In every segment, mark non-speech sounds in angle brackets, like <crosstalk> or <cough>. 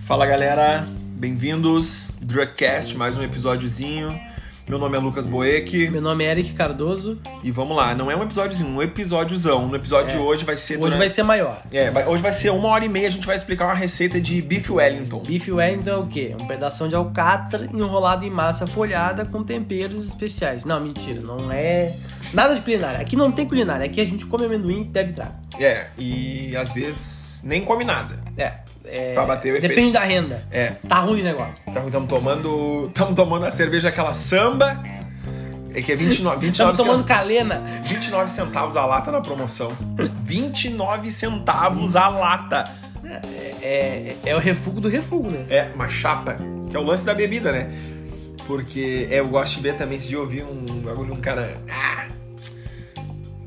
Fala galera, bem-vindos. Drugcast, mais um episódiozinho. Meu nome é Lucas Boeck Meu nome é Eric Cardoso. e vamos lá. Não é um episódiozinho, um episódiozão. No episódio de hoje vai ser. É. Hoje vai ser maior. É, vai- hoje vai ser uma hora e meia. A gente vai explicar uma receita de bife Wellington. Beef Wellington é o quê? Um pedação de alcatra enrolado em massa folhada com temperos especiais. Não, mentira, não é nada de culinária. Aqui não tem culinária, aqui a gente come amendoim e bebe trago. É, e às vezes nem come nada. É, é, Pra bater o efeito. depende da renda. É. Tá ruim o negócio. Estamos tomando. Estamos tomando a cerveja aquela samba. É que é 29, 29 Estamos tomando cent- calena. 29 centavos a lata na promoção. 29 centavos a lata. É, é, é o refugo do refugo, né? É, uma chapa, que é o lance da bebida, né? Porque é, eu gosto de ver também, se de ouvir um bagulho, um cara. Ah,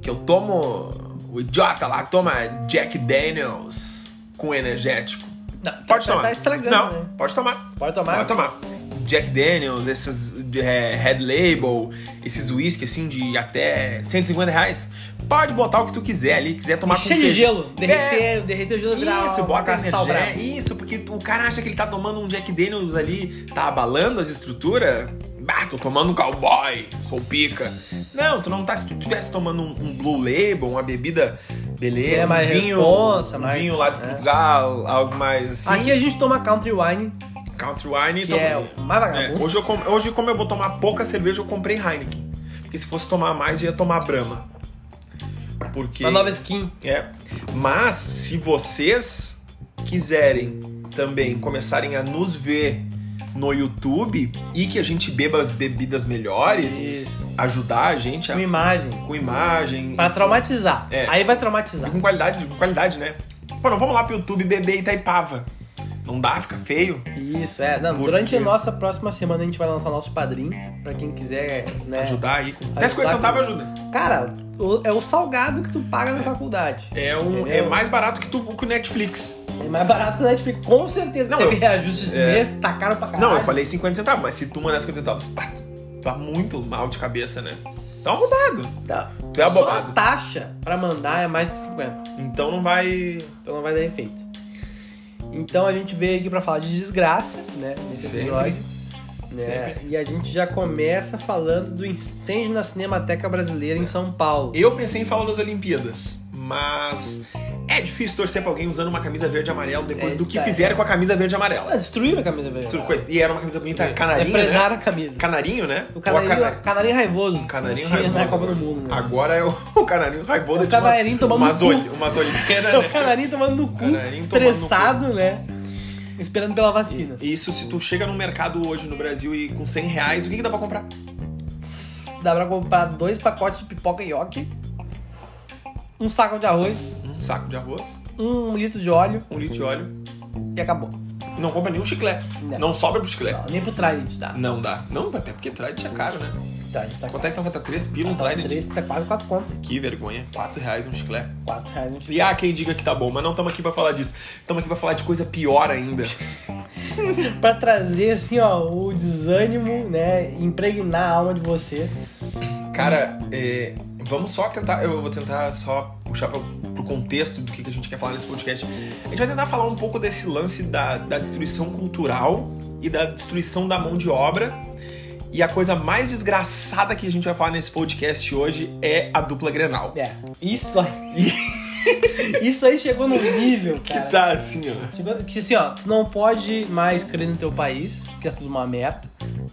que eu tomo. O idiota lá toma Jack Daniels com energético. Não, Pode tá, tomar. Tá estragando, Não, né? pode tomar. Pode tomar? Pode tomar. Jack Daniels, esses de, é, Red Label, esses whisky assim de até 150 reais. Pode botar o que tu quiser ali, quiser tomar com Cheio de queijo. gelo. Derreter, É. derreter o gelo dá Isso, uma- bota dá sal energia. bravo. Isso, porque o cara acha que ele tá tomando um Jack Daniels ali, tá abalando as estruturas. Bah, tô tomando um cowboy, sou pica. Não, tu não tá. Se tu tivesse tomando um, um Blue Label, uma bebida, beleza. É, mais um vinho, responsa, um mais- vinho lá de é. Portugal, algo mais assim. Aqui a gente toma country wine, Country Wine que toma- é o mais Então, É, vagabundo. hoje, eu com- hoje, como eu vou tomar pouca cerveja, eu comprei Heineken. Porque se fosse tomar mais, eu ia tomar Brahma. Porque. Uma nova skin. É. Mas se vocês quiserem também começarem a nos ver no YouTube e que a gente beba as bebidas melhores, Isso. ajudar a gente a- Uma imagem. com imagem, Pra traumatizar. É. Aí vai traumatizar. com qualidade, com qualidade, né? Pô, não vamos lá pro YouTube beber Itaipava. Não dá, fica feio. Isso, é. Não, Por durante quê? a nossa próxima semana a gente vai lançar nosso padrinho. Pra quem quiser, né? Ajudar aí. Com... Até Ajudar 50 com- centavos ajuda. Cara, o- é o salgado que tu paga na faculdade. É, um, é Entendeu? mais barato que tu que o Netflix. É mais barato que o Netflix. Com certeza. Não, Teve eu- reajuste esse é. mês, tá caro pra caralho. Não, eu falei 50 centavos, mas se tu mandar 50 centavos, pá, tu tá muito mal de cabeça, né? Tá roubado. Tá. Tu é Só a abobado. taxa pra mandar é mais que 50. Então não vai. Então não vai dar efeito. Então a gente veio aqui pra falar de desgraça, né? Nesse Sempre. episódio. Né? E a gente já começa falando do incêndio na Cinemateca Brasileira em São Paulo. Eu pensei em falar das Olimpíadas, mas é difícil torcer pra alguém usando uma camisa verde e amarelo depois É, do que tá. fizeram com a camisa verde e Ah, amarela. destruíram a camisa verde. Isso, coi- E era uma camisa bonita, Destruíram. canarinho, né? Depredaram a camisa. Canarinho, né? é O canarinho, é- Ou a cana- canarinho raivoso. Canarinho Tinha raivoso. na Copa do Mundo, né? Agora é o, <laughs> o canarinho raivoso. O de uma- canarinho tomando umas, cu. olhe- umas <laughs> olheiras, O né? canarinho tomando no cu, Canarinho tomando no estressado, né? Esperando pela vacina. Isso, se tu chega no mercado hoje no Brasil e com 100 reais, o que, que dá pra comprar? Dá pra comprar dois pacotes de pipoca yoki, um saco de arroz, Um saco de arroz, um litro de óleo um litro de óleo. e acabou. E não compra nenhum chiclete. Não. Não, sobra pro chiclete. Não, nem pro Trident dá. Não. dá. Não, até porque Trident é caro, né? Trident tá Quanto é que tá? Tá 3 pila um tá Trident? três, tá quase quatro contas. Que vergonha. 4 reais um chiclete. Quatro reais. né? E ah, quem diga que tá bom, mas não estamos aqui pra falar disso. Estamos aqui pra falar de coisa pior ainda. Pra trazer, assim, ó, o desânimo, né? Impregnar a alma de vocês. Cara, é, vamos só tentar. Eu vou tentar só puxar pra, pro contexto do que, que a gente quer falar nesse podcast. A gente vai tentar falar um pouco desse lance da, da destruição cultural e da destruição da mão de obra. E a coisa mais desgraçada que a gente vai falar nesse podcast hoje é a dupla Grenal. É, isso aí. <laughs> isso aí chegou num nível, Que cara. tá assim, ó. Chegou- Que assim, ó, tu não pode mais crer no teu país, que é tudo uma merda.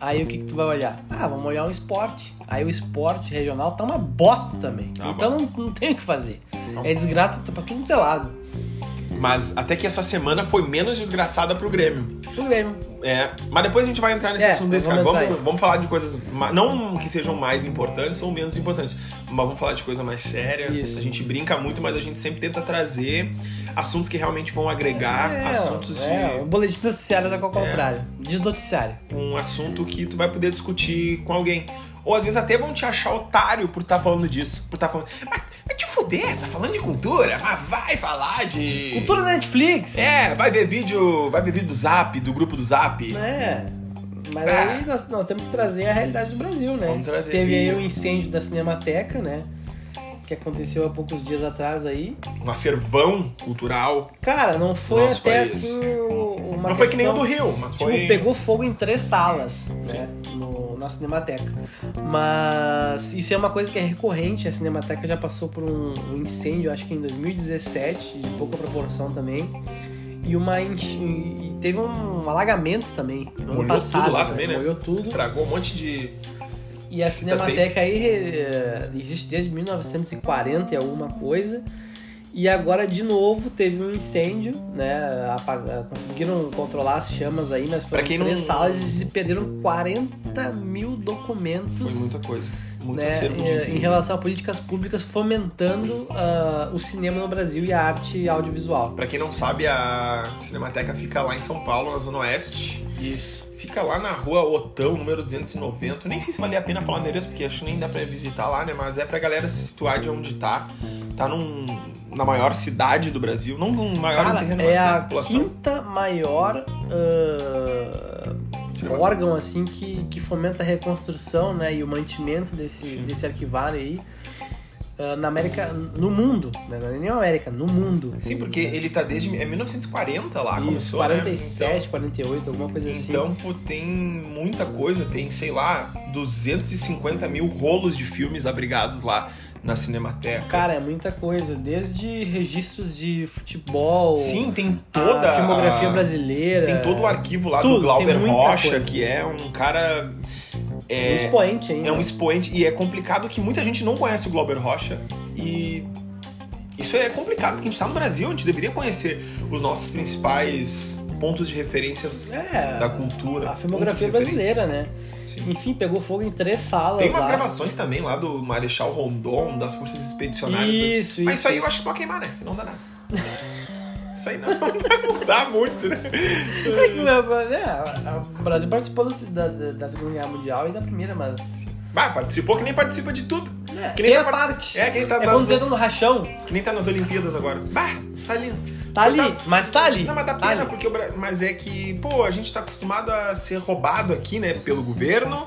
Aí o que, que tu vai olhar? Ah, vamos olhar um esporte. Aí o esporte regional tá uma bosta também. Tá uma então não, não tem o que fazer. É desgraça pra tudo quanto é lado. Mas até que essa semana foi menos desgraçada pro Grêmio. O Grêmio. É, mas depois a gente vai entrar nesse É, assunto desse vamos entrar cara. Vamos, aí. vamos falar de coisas, ma- não que sejam mais importantes ou menos importantes, mas vamos falar de coisa mais séria. Isso. A gente brinca muito, mas a gente sempre tenta trazer assuntos que realmente vão agregar, É, assuntos é, O boletim dos noticiários é que é o contrário. Desnoticiário. de um assunto que tu vai poder discutir com alguém. Ou às vezes até vão te achar otário por estar falando disso, por estar falando, mas, mas te fuder, tá falando de cultura, mas vai falar de Cultura Netflix! É, vai ver vídeo, vai ver vídeo do Zap, do grupo do Zap. É. Mas Ah. aí nós, nós temos que trazer a realidade do Brasil, né? Vamos trazer. Teve aí E- o incêndio da Cinemateca, né? que aconteceu há poucos dias atrás aí. Um acervão cultural. Cara, não foi Nosso até país. assim o- uma não foi que nem o questão- do Rio, mas Tipo, foi. pegou fogo em três salas, né? no- na Cinemateca. Mas isso é uma coisa que é recorrente. A Cinemateca já passou por um, um incêndio, acho que em 2017, de pouca proporção também. E uma enchi- e teve um alagamento também. no ano Molhou passado, tudo lá também, né? Molhou tudo. Estragou um monte de. E a Fita Cinemateca aí eh, existe desde 1940 e alguma coisa. E agora de novo teve um incêndio, né? Apa- Conseguiram controlar as chamas aí, mas foram Pra quem três não- salas e perderam 40 mil documentos Foi muita coisa. Muito né, acervo de. eh, em relação a políticas públicas fomentando ah, o cinema no Brasil e a arte audiovisual. Pra quem não sabe, a Cinemateca fica lá em São Paulo, na Zona Oeste. Isso. Fica lá na rua Otão, número 290. Nem sei se valia a pena falar o endereço, porque acho que nem dá pra visitar lá, né? Mas é pra galera se situar de onde tá. Tá num, na maior cidade do Brasil. Não no maior Cara, terreno, é mas na a população. quinta maior ah, Cinema- órgão assim que, que fomenta a reconstrução né, e o mantimento desse, Sim. desse arquivário aí ah, na América, no mundo, né, não é nem na América, no mundo. Sim, porque ele tá desde é 1940 lá, Isso, começou, né? 47, 48, alguma coisa assim. Então, pô, tem muita coisa, tem, sei lá, 250 mil rolos de filmes abrigados lá na Cinemateca. Cara, é muita coisa, desde registros de futebol, Sim, tem toda toda a filmografia a- brasileira. Tem todo o arquivo lá Tudo, do Glauber tem muita Rocha, coisa. que é um cara. um É, expoente ainda. é um expoente. E é complicado que muita gente não conhece o Glauber Rocha. E isso é complicado, porque a gente tá no Brasil, a gente deveria conhecer os nossos principais pontos de referências É, da cultura. a filmografia pontos de referência. brasileira, né? Sim. Enfim, pegou fogo em três salas Tem umas lá. gravações também lá do Marechal Rondon, das Forças Expedicionárias. Isso, Mas isso aí eu isso. acho que pode queimar, né? Não dá nada. Isso aí não, <laughs> não dá muito, né? É, o Brasil participou do- da, da- da Segunda Guerra Mundial e da Primeira, mas. Vai, participou que nem participa de tudo. É, Que nem tem a tá partic- parte. É, quem tá, É nas, quando os dedos no rachão. que nem tá nas Olimpíadas agora. Bah, tá lindo. Tá ali, Mas mas tá ali. Não, mas dá tá pena, ali. porque o Bra- mas é que, pô, a gente tá acostumado a ser roubado aqui, né? Pelo governo,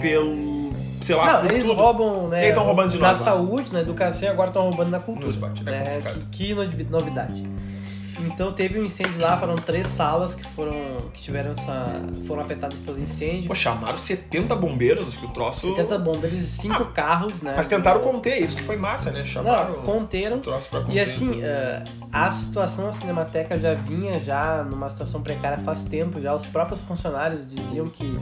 pelo. sei lá, Não, por eles tudo. roubam, né? Eles tão roubando de na nós, né? saúde, na educação e agora estão roubando na cultura. Nos bate, né? né? Complicado. Que, que novi- novidade. Então teve um incêndio lá, foram três salas que foram. que tiveram essa. foram afetadas pelo incêndio. Pô, chamaram 70 bombeiros, acho que o troço. 70 bombas, eles cinco carros, né? Ah, Mas tentaram conter, isso que foi massa, né? Chamaram Não, o conteram. um troço pra conter. E assim, eh, a situação da Cinemateca já vinha já numa situação precária faz tempo, já os próprios funcionários diziam que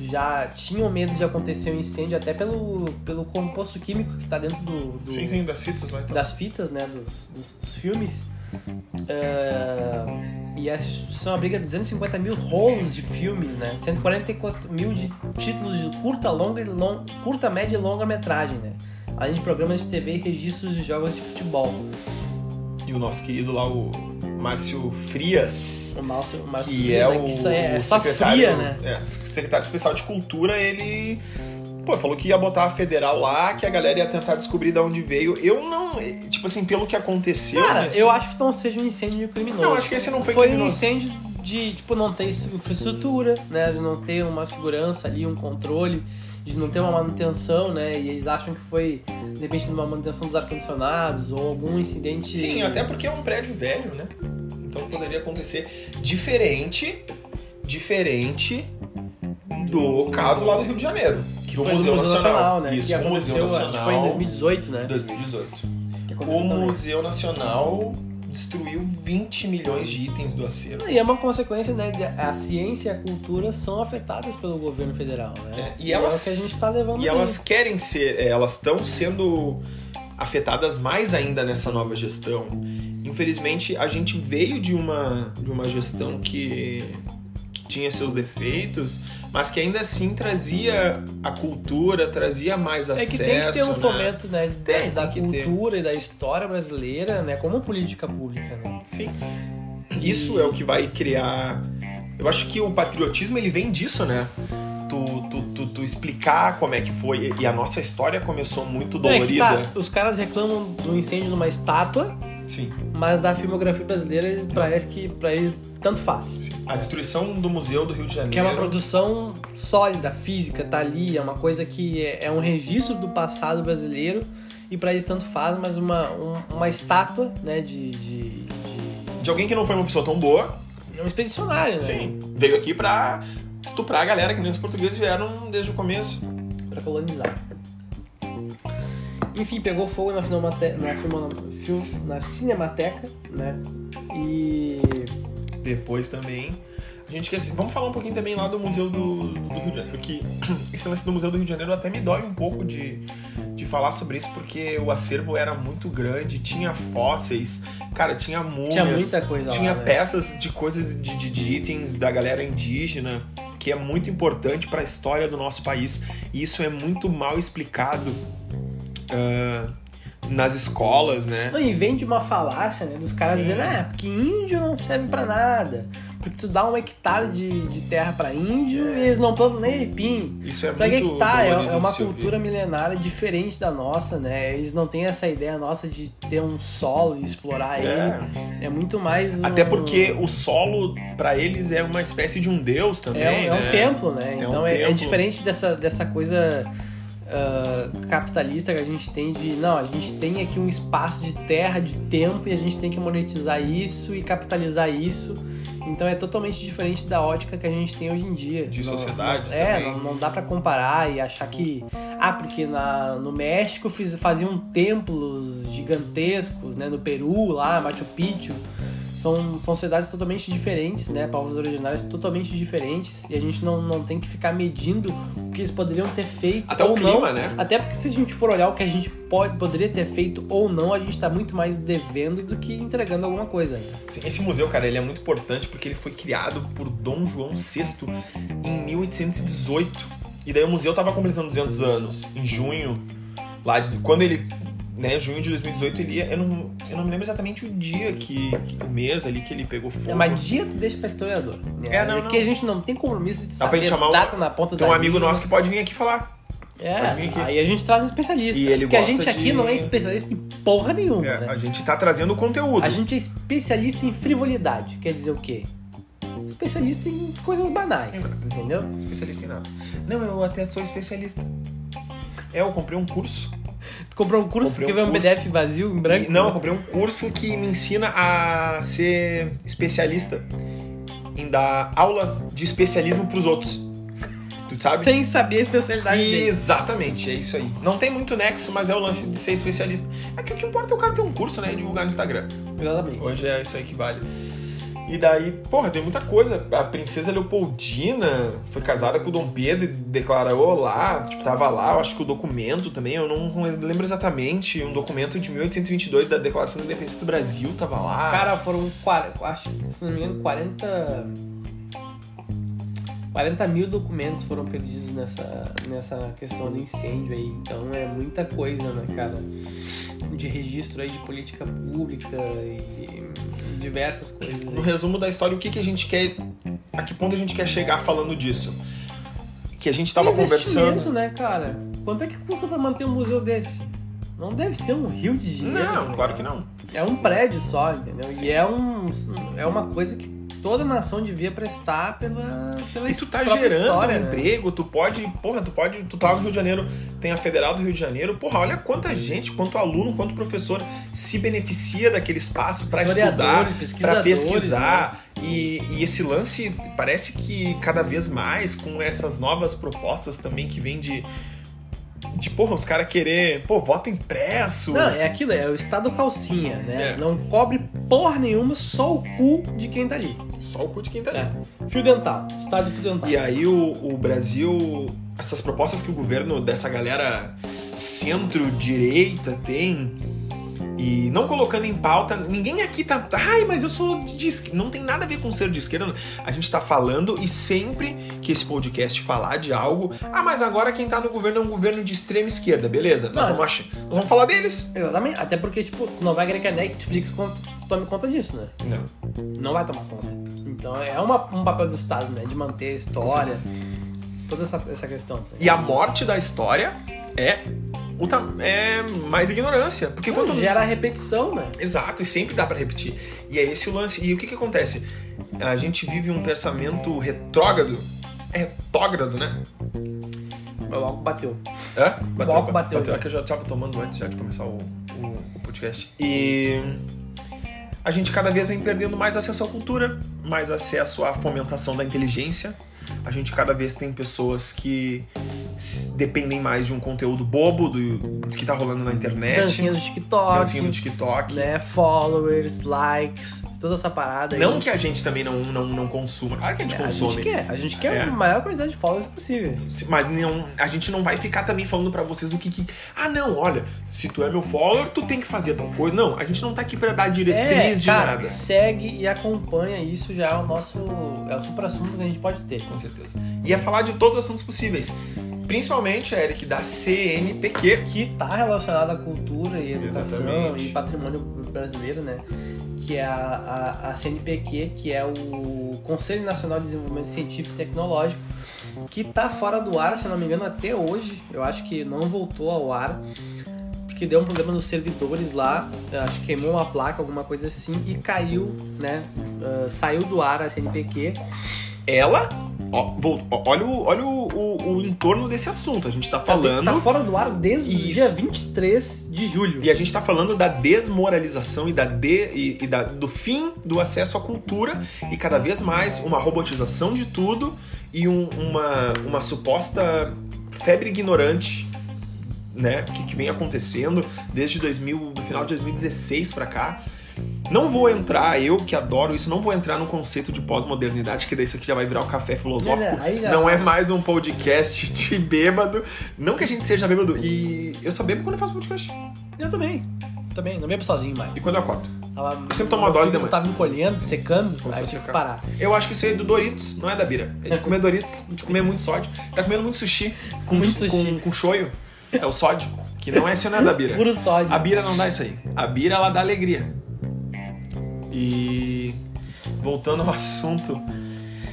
já tinham medo de acontecer um incêndio até pelo, pelo composto químico que está dentro do, do- Sim, sim, das fitas lá então. das fitas, né, dos, dos- dos filmes. Eh, e essa instituição abriga 250 mil rolos de filmes, né, 144 mil de títulos de curta, longa, e lon- curta média e longa metragem, né, além de programas de TV e registros de jogos de futebol. E o nosso querido lá, o Márcio Frias. O Márcio, o Márcio que Frias, é né, o que isso é, é só secretário, fria, né? É, secretário especial de cultura, ele pô, falou que ia botar a federal lá, que a galera ia tentar descobrir de onde veio. Eu não, eh, tipo assim, pelo que aconteceu, Cara, mas- eu acho que não seja um incêndio criminoso. não, acho que esse não foi, foi um criminoso. incêndio de, tipo, não ter estru- infraestrutura, né? De não ter uma segurança ali, um controle, de não ter uma manutenção, né? E eles acham que foi, de repente, de uma manutenção dos ar-condicionados ou algum incidente... Sim, até porque é um prédio velho, né? Então poderia acontecer diferente, diferente do caso lá do Rio de Janeiro, que foi o Museu, Nacional, né? Isso, que o Museu aconteceu, acho que Nacional foi em 2018, né? 2018. Que O aconteceu também. Museu Nacional destruiu 20 milhões de itens do acervo. E é uma consequência, né? de- A ciência e a cultura são afetadas pelo governo federal, né? É, e elas- é o que a gente tá levando E aí. elas querem ser, é, elas estão sendo afetadas mais ainda nessa nova gestão. Infelizmente, a gente veio de uma, de uma gestão que, que tinha seus defeitos, mas que ainda assim trazia a cultura, trazia mais É acesso. que tem que ter um né? fomento, né, da- Tem, da, tem que ter. cultura e da história brasileira, né, como política pública, né? Sim. Isso é o que vai criar. Eu acho que o patriotismo ele vem disso, né? Tu, tu, tu, tu explicar como é que foi. E a nossa história começou muito É que tá, dolorida. os caras reclamam do incêndio numa estátua, Sim. mas da filmografia brasileira eles parece que para eles tanto faz. sim. A destruição do Museu do Rio de Janeiro. Que é uma produção sólida, física, tá ali, é uma coisa que é, é um registro do passado brasileiro E pra eles tanto faz, mas uma, um- uma estátua, né, de, de, de- De alguém que não foi uma pessoa tão boa, É um expedicionário, né? sim, veio aqui pra estuprar a galera que nem os portugueses vieram desde o começo. Pra colonizar. Enfim, pegou fogo na, filmate... na, filmo... fil- na Cinemateca, né? E... Depois também. A gente quer. Vamos falar um pouquinho também lá do Museu do, do Rio de Janeiro. Que <clears throat> esse lance do Museu do Rio de Janeiro até me dói um pouco de, de falar sobre isso, porque o acervo era muito grande, tinha fósseis, cara, tinha múmias. Tinha muita coisa Tinha lá, né? peças de coisas de, de- de itens da galera indígena que é muito importante para a história do nosso país e isso é muito mal explicado ah, nas escolas, né? Não, e vem de uma falácia, né? Dos caras Sim. dizendo, ah, porque índio não serve pra nada. Porque tu dá um hectare de, de terra pra índio e eles não plantam nem aipim. Isso é Só que é muito que tá, é, dolorido é uma de se ouvir. cultura milenária diferente da nossa, né? Eles não têm essa ideia nossa de ter um solo e explorar É. ele. É muito mais. um- Até porque o solo pra eles é uma espécie de um deus também, É, um- é né? um templo, né? um Então é, é templo. diferente dessa, dessa coisa ah, capitalista que a gente tem de. Não, a gente tem aqui um espaço de terra, de tempo, e a gente tem que monetizar isso e capitalizar isso. Então é totalmente diferente da ótica que a gente tem hoje em dia. De Não- sociedade não- é, também. não, não dá pra comparar e achar que. Ah, porque na, no México fiz- faziam templos gigantescos, né? No Peru, lá, Machu Picchu são, são sociedades totalmente diferentes, né? Povos originários totalmente diferentes. E a gente não, não tem que ficar medindo o que eles poderiam ter feito Até ou o clima, não. né? Até porque se a gente for olhar o que a gente pode, poderia ter feito ou não, a gente tá muito mais devendo do que entregando alguma coisa. Sim, Esse museu, cara, ele é muito importante porque ele foi criado por Dom João VI em 1818. E daí o museu tava completando 200 anos, em junho, lá de, quando ele, né, junho de 2018, ele ia, eu não, eu não me lembro exatamente o dia que, que- o mês ali que ele pegou fogo. É, mas dia tu deixa pra historiador. Né? É, não, Porque não. a gente não tem compromisso de Dá pra saber gente chamar um- data na ponta Tem um da amigo língua. nosso que pode vir aqui falar. pode vir aqui. É, aí a gente traz um especialista. E ele porque a gosta gente aqui de- não é especialista em porra nenhuma, É, né? a gente tá trazendo o conteúdo. A gente é especialista em frivolidade. Quer dizer o quê? Especialista em coisas banais. Exato. Entendeu? especialista em nada. Não, eu até sou especialista. É, eu comprei um curso. Tu comprou um curso Comprei que um veio um curso. PDF vazio em branco? E- não, eu comprei um curso que me ensina a ser especialista em dar aula de especialismo pros outros. Tu sabe? Sem saber a especialidade E- dele. Exatamente, é isso aí. Não tem muito nexo, mas é o lance de ser especialista. É que o que importa é o cara ter um curso, né? E divulgar no Instagram. Exatamente. Hoje é isso aí que vale. E daí, porra, tem muita coisa. A princesa Leopoldina foi casada com o Dom Pedro e declarou lá, tipo, tava lá, eu acho que o documento também, eu não lembro exatamente, um documento de 1822 da Declaração da Independência do Brasil tava lá. Cara, foram 40, acho, que, se não me engano, 40. 40 mil documentos foram perdidos nessa, nessa questão do incêndio aí. Então é muita coisa, né, cara? De registro aí de política pública e diversas coisas. no aí. resumo da história, o que, que a gente quer. A que ponto a gente quer chegar falando disso? Que a gente tava investimento, conversando. né, cara? Quanto é que custa pra manter um museu desse? Não deve ser um rio de dinheiro. Não, né, claro cara? que não. É um prédio só, entendeu? E é, um, é uma coisa que toda nação devia prestar pela, pela Isso tá própria gerando história, um né? emprego, tu pode, porra, tu pode, tu tá no Rio de Janeiro, tem a Federal do Rio de Janeiro, porra, olha quanta gente, quanto aluno, quanto professor se beneficia daquele espaço pra estudar, Historiadores, pra pesquisadores, né? pesquisar. E, e esse lance parece que cada vez mais com essas novas propostas também que vem de de porra, os caras querer, pô, voto impresso. Não, é aquilo, é o estado calcinha, né? É. Não cobre porra nenhuma, só o cu de quem tá ali. Só o cu de quem tá ali. É. Fio dental, estado fio dental. E é- aí o, o Brasil, essas propostas que o governo dessa galera centro-direita tem, e não colocando em pauta, ninguém aqui tá. Ai, mas eu sou de esquerda. Não tem nada a ver com ser de esquerda. A gente tá falando e sempre que esse podcast falar de algo. Ah, mas agora quem tá no governo é um governo de extrema esquerda, beleza? Nós, Não. vamos, ach- nós vamos falar deles. Exatamente, até porque, tipo, tu não vai agregar Netflix quando tu tome conta disso, né? Não. não vai tomar conta. Então é uma- um papel do Estado, né? De manter a história, toda essa, essa questão. né? E a morte da história é, o ta- é mais ignorância. Porque Não, quanto gera repetição, né? Exato, e sempre dá pra repetir. E é esse o lance. E o que que acontece? A gente vive um pensamento retrógrado. É retrógrado, né? O álcool bateu. É? O álcool bateu, bateu. já. É que eu já tava tomando antes já de começar o, o podcast. E a gente cada vez vem perdendo mais acesso à cultura, mais acesso à fomentação da inteligência. A gente cada vez tem pessoas que s- dependem mais de um conteúdo bobo do, do que tá rolando na internet. Dancinha do TikTok. dancinha do TikTok. Né, followers, likes, toda essa parada aí. Não que a gente também não, não, não consuma. Claro que a gente um É, a consome. gente quer. A gente quer É. a maior quantidade de followers possível. Se- Mas não, a gente não vai ficar também falando pra vocês o que, que- Ah, não, olha, se tu é meu follower, tu tem que fazer tal coisa. Não, a gente não tá aqui pra dar É, diretriz de cara, nada. segue e acompanha. Isso já é o nosso. É o supra que a gente pode ter. Com certeza. E é falar de todos os assuntos possíveis. Principalmente, Eric, da CNPq. que está relacionada tá à cultura e educação Exatamente. e patrimônio brasileiro, né? Que é a, a, a CNPq, que é o Conselho Nacional de Desenvolvimento Científico e Tecnológico, que está fora do ar, se eu não me engano, até hoje. Eu acho que não voltou ao ar, porque deu um problema nos servidores lá, eu acho que queimou uma placa, alguma coisa assim, e caiu, né? Ah, saiu do ar a CNPq. Ela. ó, vol- ó, olha o, olha o, o- o entorno desse assunto. A gente tá falando. Tá fora do ar desde o Isso. dia 23 de julho. E a gente tá falando da desmoralização e, da de, e, e da- do fim do acesso à cultura e cada vez mais uma robotização de tudo e um- uma, uma suposta febre ignorante, né? Que, que vem acontecendo desde 2000, do final de 2016 pra cá. Não vou entrar, eu que adoro isso, não vou entrar no conceito de pós-modernidade, que daí isso aqui já vai virar o café filosófico. Não, não, aí já- Não é mais um podcast de bêbado. Não que a gente seja bêbado. E eu só bebo quando eu faço podcast. Eu também. Também, não bebo sozinho mais. é E quando eu acordo? Ela, tá- Eu sempre tomo uma dose Eu de tava encolhendo, secando, Começou aí eu a tive que secar. parar. Eu acho que isso aí é do Doritos, não é da Bira. É de comer Doritos, de comer muito sódio. Tá comendo muito sushi com, Muito com, sushi. com shoyu. É o sódio, que não é isso não é da Bira. Puro sódio. A Bira não dá isso aí. A Bira, ela dá alegria. E... Voltando ao assunto...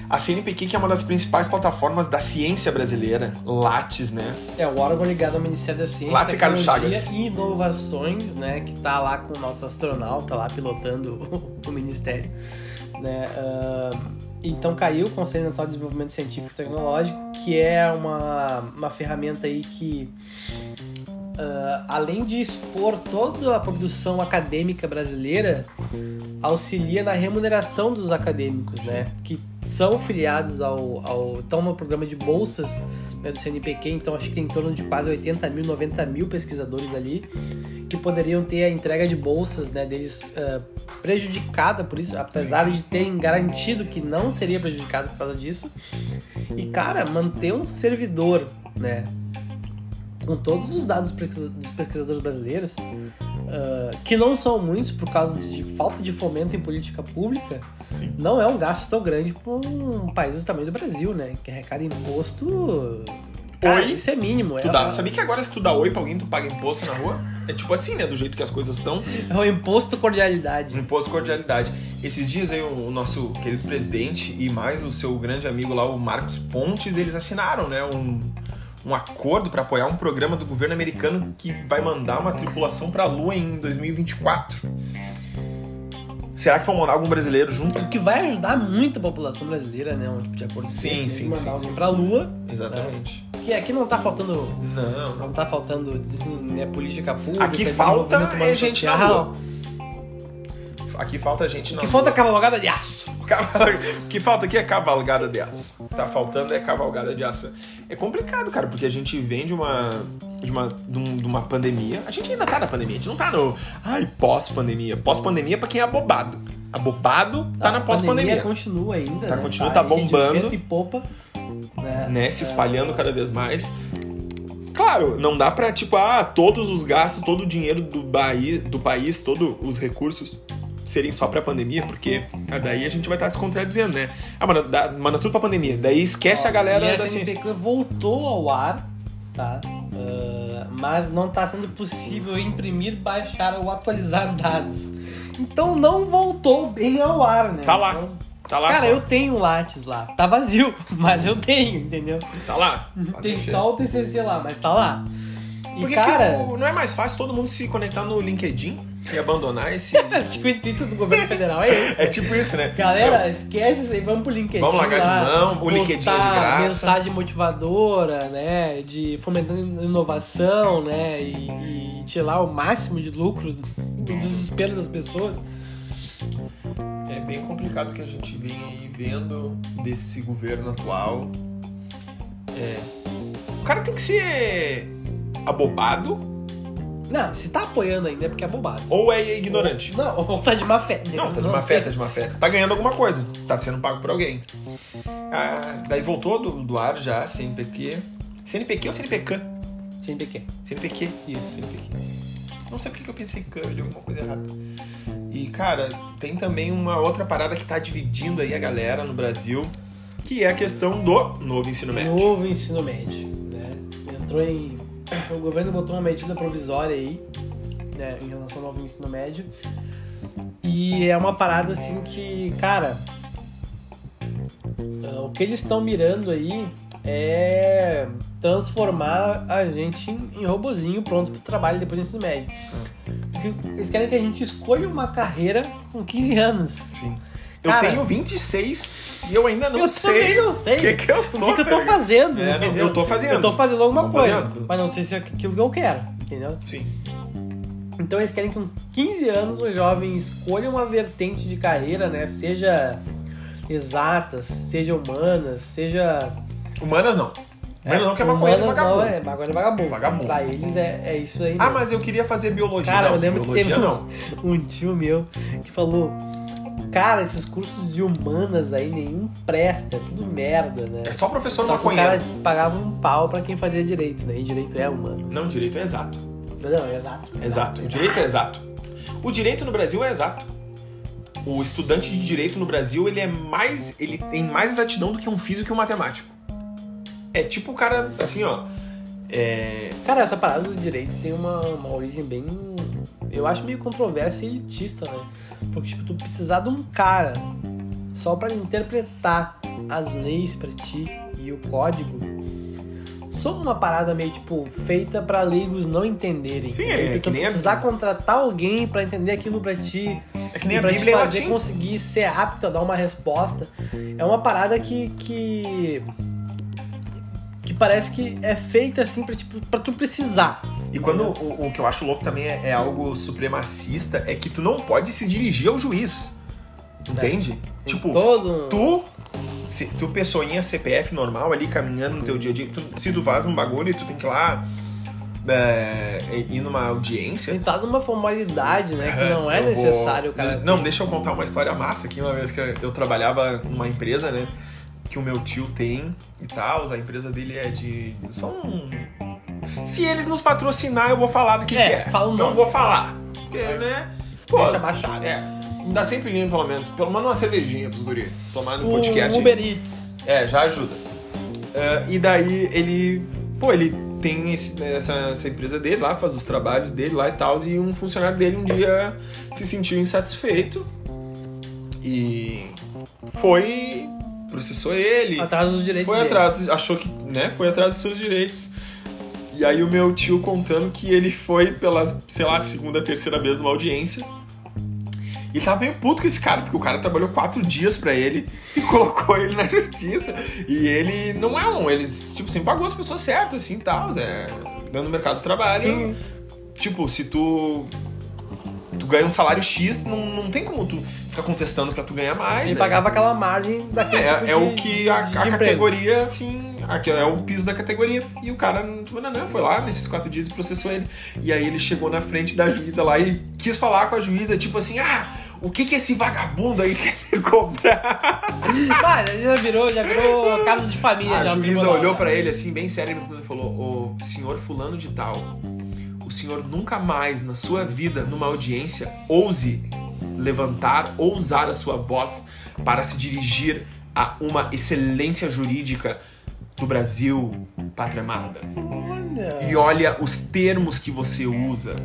A CNPq, que é uma das principais plataformas da ciência brasileira, Lattes, né? É o órgão ligado ao Ministério da Ciência, Lá de Carlos Tecnologia Chagas. e Inovações, né? Que tá lá com o nosso astronauta tá lá pilotando <laughs> o Ministério. Né? ah, então caiu o Conselho Nacional de Desenvolvimento Científico e Tecnológico, que é uma, uma ferramenta aí que ah, além de expor toda a produção acadêmica brasileira, auxilia na remuneração dos acadêmicos, né? Que são filiados ao, ao estão no programa de bolsas né, do CNPq, então acho que tem em torno de quase 80 mil, 90 mil pesquisadores ali que poderiam ter a entrega de bolsas né, deles ah, prejudicada por isso, apesar de terem garantido que não seria prejudicado por causa disso. E cara, manter um servidor, né, com todos os dados pesquisa- dos pesquisadores brasileiros, ah, que não são muitos por causa de falta de fomento em política pública, Sim. não é um gasto tão grande para um país do tamanho do Brasil, né? Que arrecada imposto. Cara, Oi. isso é mínimo. Tu é, dá. Sabia que agora se tu dá oi pra alguém, tu paga imposto na rua? É tipo assim, né? Do jeito que as coisas estão. é um imposto cordialidade. Um imposto de cordialidade. Esses dias aí o o nosso querido presidente e mais o seu grande amigo lá, o Marcos Pontes, eles assinaram, né, um, um acordo para apoiar um programa do governo americano que vai mandar uma tripulação para a Lua em 2024. Será que vão mandar algum brasileiro junto? O que vai ajudar muito a população brasileira, né? Um tipo de acordo Sim, desse, né, sim, de mandar sim, alguém sim. pra lua. Exatamente. Que aqui não tá faltando. Não, não. Não tá faltando né, política pública. Aqui falta desenvolvimento humano é gente na social. lua. Aqui falta gente O na que Lua. falta é cavalgada de aço. Caval- O que falta aqui é cavalgada de aço. Tá faltando é cavalgada de aço. É complicado, cara, porque a gente vem de uma. De uma, de um- de uma pandemia. A gente ainda tá na pandemia, a gente não tá no. Ai, pós-pandemia. Pós-pandemia é pra quem é abobado. Abobado tá na A pós-pandemia. pandemia continua ainda. Tá, né? continua, tá aí de bombando. vento e popa. Né? Né? Se espalhando cada vez mais. Claro, não dá pra, tipo, ah, todos os gastos, todo o dinheiro do, baí, do país, todos os recursos serem só pra pandemia, porque ah, daí a gente vai estar se contradizendo, né? Ah, manda, dá- manda tudo pra pandemia. Daí esquece Ó, a galera é e da a ciência. CNPq voltou ao ar, tá? Ah, mas não tá sendo possível imprimir, baixar ou atualizar dados. Então não voltou bem ao ar, né? Tá lá. Então, Tá lá, cara, só. eu tenho Lattes lá. Tá vazio, <laughs> mas eu tenho, entendeu? Tá lá. Tem Pode só o TCC lá, mas tá lá. E Porque cara, <laughs> que o- não é mais fácil todo mundo se conectar no LinkedIn? e abandonar <laughs> esse. tipo, o intuito do governo federal é esse. é tipo isso, né? Galera, esquece isso aí, vamos pro LinkedIn. Vamos largar de lá, mão, o LinkedIn é de postar graça. Mensagem motivadora, né? De fomentando inovação, né? E, e tirar o máximo de lucro do desespero das pessoas. É bem complicado que a gente vem aí vendo desse governo atual. É, O cara tem que ser abobado Não, se tá apoiando ainda é porque é bobado. ou é ignorante? Não, <laughs> ou tá de má fé. Não, tá de má fé, tá de má fé. Tá ganhando alguma coisa, tá sendo pago por alguém. Ah, daí voltou do, do ar já, CNPq. CNPq ou CNPq? Sim, de quê? CNPq. Isso. CNPq. Não sei por que que eu pensei que eu li alguma coisa errada. E, cara, tem também uma outra parada que tá dividindo aí a galera no Brasil, que é a questão do novo ensino médio. Novo ensino médio, né? Entrou em... O governo botou uma medida provisória aí, né, em relação ao novo ensino médio. E é uma parada assim que, cara, ah, o que eles estão mirando aí é transformar a gente em, em robozinho pronto pro trabalho depois do ensino médio. Porque eles querem que a gente escolha uma carreira com 15 anos. Sim. Eu Cara, tenho 26 e eu ainda não eu também sei não sei. o que, que eu sou. o que, que eu tá tô ligado? fazendo? É, não, entendeu? eu tô fazendo. Eu tô fazendo alguma Tô coisa. fazendo. Mas não sei se é aquilo que eu quero, entendeu? Sim. Então eles querem que com 15 anos o jovem escolha uma vertente de carreira, né? Seja exatas, seja humanas, seja. Humanas não. Humanas não, que é maconha humanas não, vagabundo. é maconha vagabundo. Vagabundo. Pra eles é, é isso aí. Ah, mesmo. mas eu queria fazer biologia. Cara, não, eu lembro que biologia, teve um- não. um tio meu que falou: Cara, esses cursos de humanas aí nenhum presta, é tudo merda, né? É só professor Só que o maconheiro. cara pagava um pau pra quem fazia direito, né? E direito é humano. Não, direito é exato. Não, é exato. Exato. O direito é exato. O direito no Brasil é exato. O estudante de direito no Brasil, ele é mais. ele tem mais exatidão do que um físico e um matemático. É tipo o cara, assim, ó. É. Cara, essa parada do direito tem uma, uma origem bem. Eu acho meio controversa e elitista, né? Porque, tipo, tu precisar de um cara só pra interpretar as leis pra ti e o código. Só uma parada meio, tipo, feita pra leigos não entenderem. Sim, entendeu? é Então, que tu nem a- precisar contratar alguém pra entender aquilo pra ti. É que nem a pra Bíblia te em fazer latim. conseguir ser apto a dar uma resposta. É uma parada que. que, que parece que é feita assim pra, tipo, pra tu precisar. E quando o, o que eu acho louco também é, é algo supremacista, é que tu não pode se dirigir ao juiz. Entende? É. Tipo, Então- todo. tu, se, tu pessoinha CPF normal ali caminhando no teu dia a dia, tu- se tu faz um bagulho e tu tem que ir lá é, ir numa audiência. Tá numa formalidade, né? Que não é eu vou- necessário, cara. Não, deixa eu contar uma história massa aqui, uma vez que eu, eu trabalhava numa empresa, né? Que o meu tio tem e tal, a empresa dele é de. Só um. Se eles nos patrocinar, eu vou falar do que, É, que é. fala o Não nome. vou falar. Porque, né? Pô, Deixa baixado. é. Me dá sempre linha, pelo menos. Pelo menos uma cervejinha pros guri. Tomar no o podcast. Uber Eats. É, já ajuda. É, e daí ele. Pô, ele tem esse- essa, essa empresa dele lá, faz os trabalhos dele lá e tal, e um funcionário dele um dia se sentiu insatisfeito e foi. processou ele. Atrás dos direitos Foi dele. atrás, achou que, né, foi atrás dos seus direitos. E aí o meu tio contando que ele foi pela, sei lá, segunda, terceira vez numa audiência. E tava meio puto com esse cara, porque o cara trabalhou quatro dias pra ele e <laughs> colocou ele na justiça. E ele não é um, ele, tipo, sempre pagou as pessoas certas, assim, e tal, é, dando mercado de trabalho. Sim. Tipo, se tu... Tu ganha um salário X, não, não tem como tu ficar contestando pra tu ganhar mais. Ele né? pagava aquela margem daquele É, tipo é o de- que de- a, de a emprego. categoria, assim, aqui é o piso da categoria. E o cara, não, não, não, foi lá nesses quatro dias e processou ele. E aí ele chegou na frente da juíza lá e quis falar com a juíza, tipo assim, ah, o que que esse vagabundo aí <laughs> quer me cobrar? Ah, já virou, já virou casos de família. já Ah, A no juíza tribunal, olhou né? pra ele assim, bem sério, e falou, ô senhor fulano de tal, o senhor nunca mais na sua vida, numa audiência, ouse levantar ou usar a sua voz para se dirigir a uma excelência jurídica do Brasil, pátria amada. Olha. E olha os termos que você usa.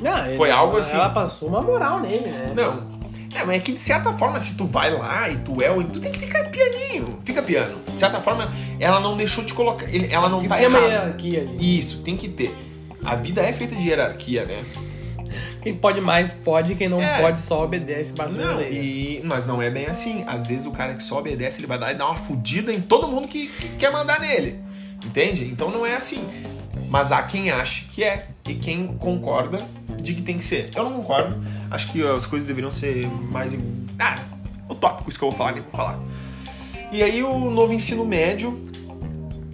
Não, ele- Foi algo assim. Ela passou uma moral nele, né? Não. É, mas é que de certa forma, se tu vai lá e tu é o. Tu tem que ficar pianinho. Fica piano. De certa forma, ela não deixou te colocar. ele- Ela não E tá tem uma errada. hierarquia ali. Isso, tem que ter. A vida é feita de hierarquia, né? Quem pode mais, pode. Quem não É. pode, só obedece. Baixa a né? Não, orelha. e, mas não é bem assim. Às vezes o cara que só obedece, ele vai dar, dar uma fudida em todo mundo que, que quer mandar nele. Entende? Então não é assim. Mas há quem acha que é e quem concorda de que tem que ser. Eu não concordo. Acho que as coisas deveriam ser mais. em- Ah, o tópico isso que eu vou falar, nem vou falar. E aí o novo ensino médio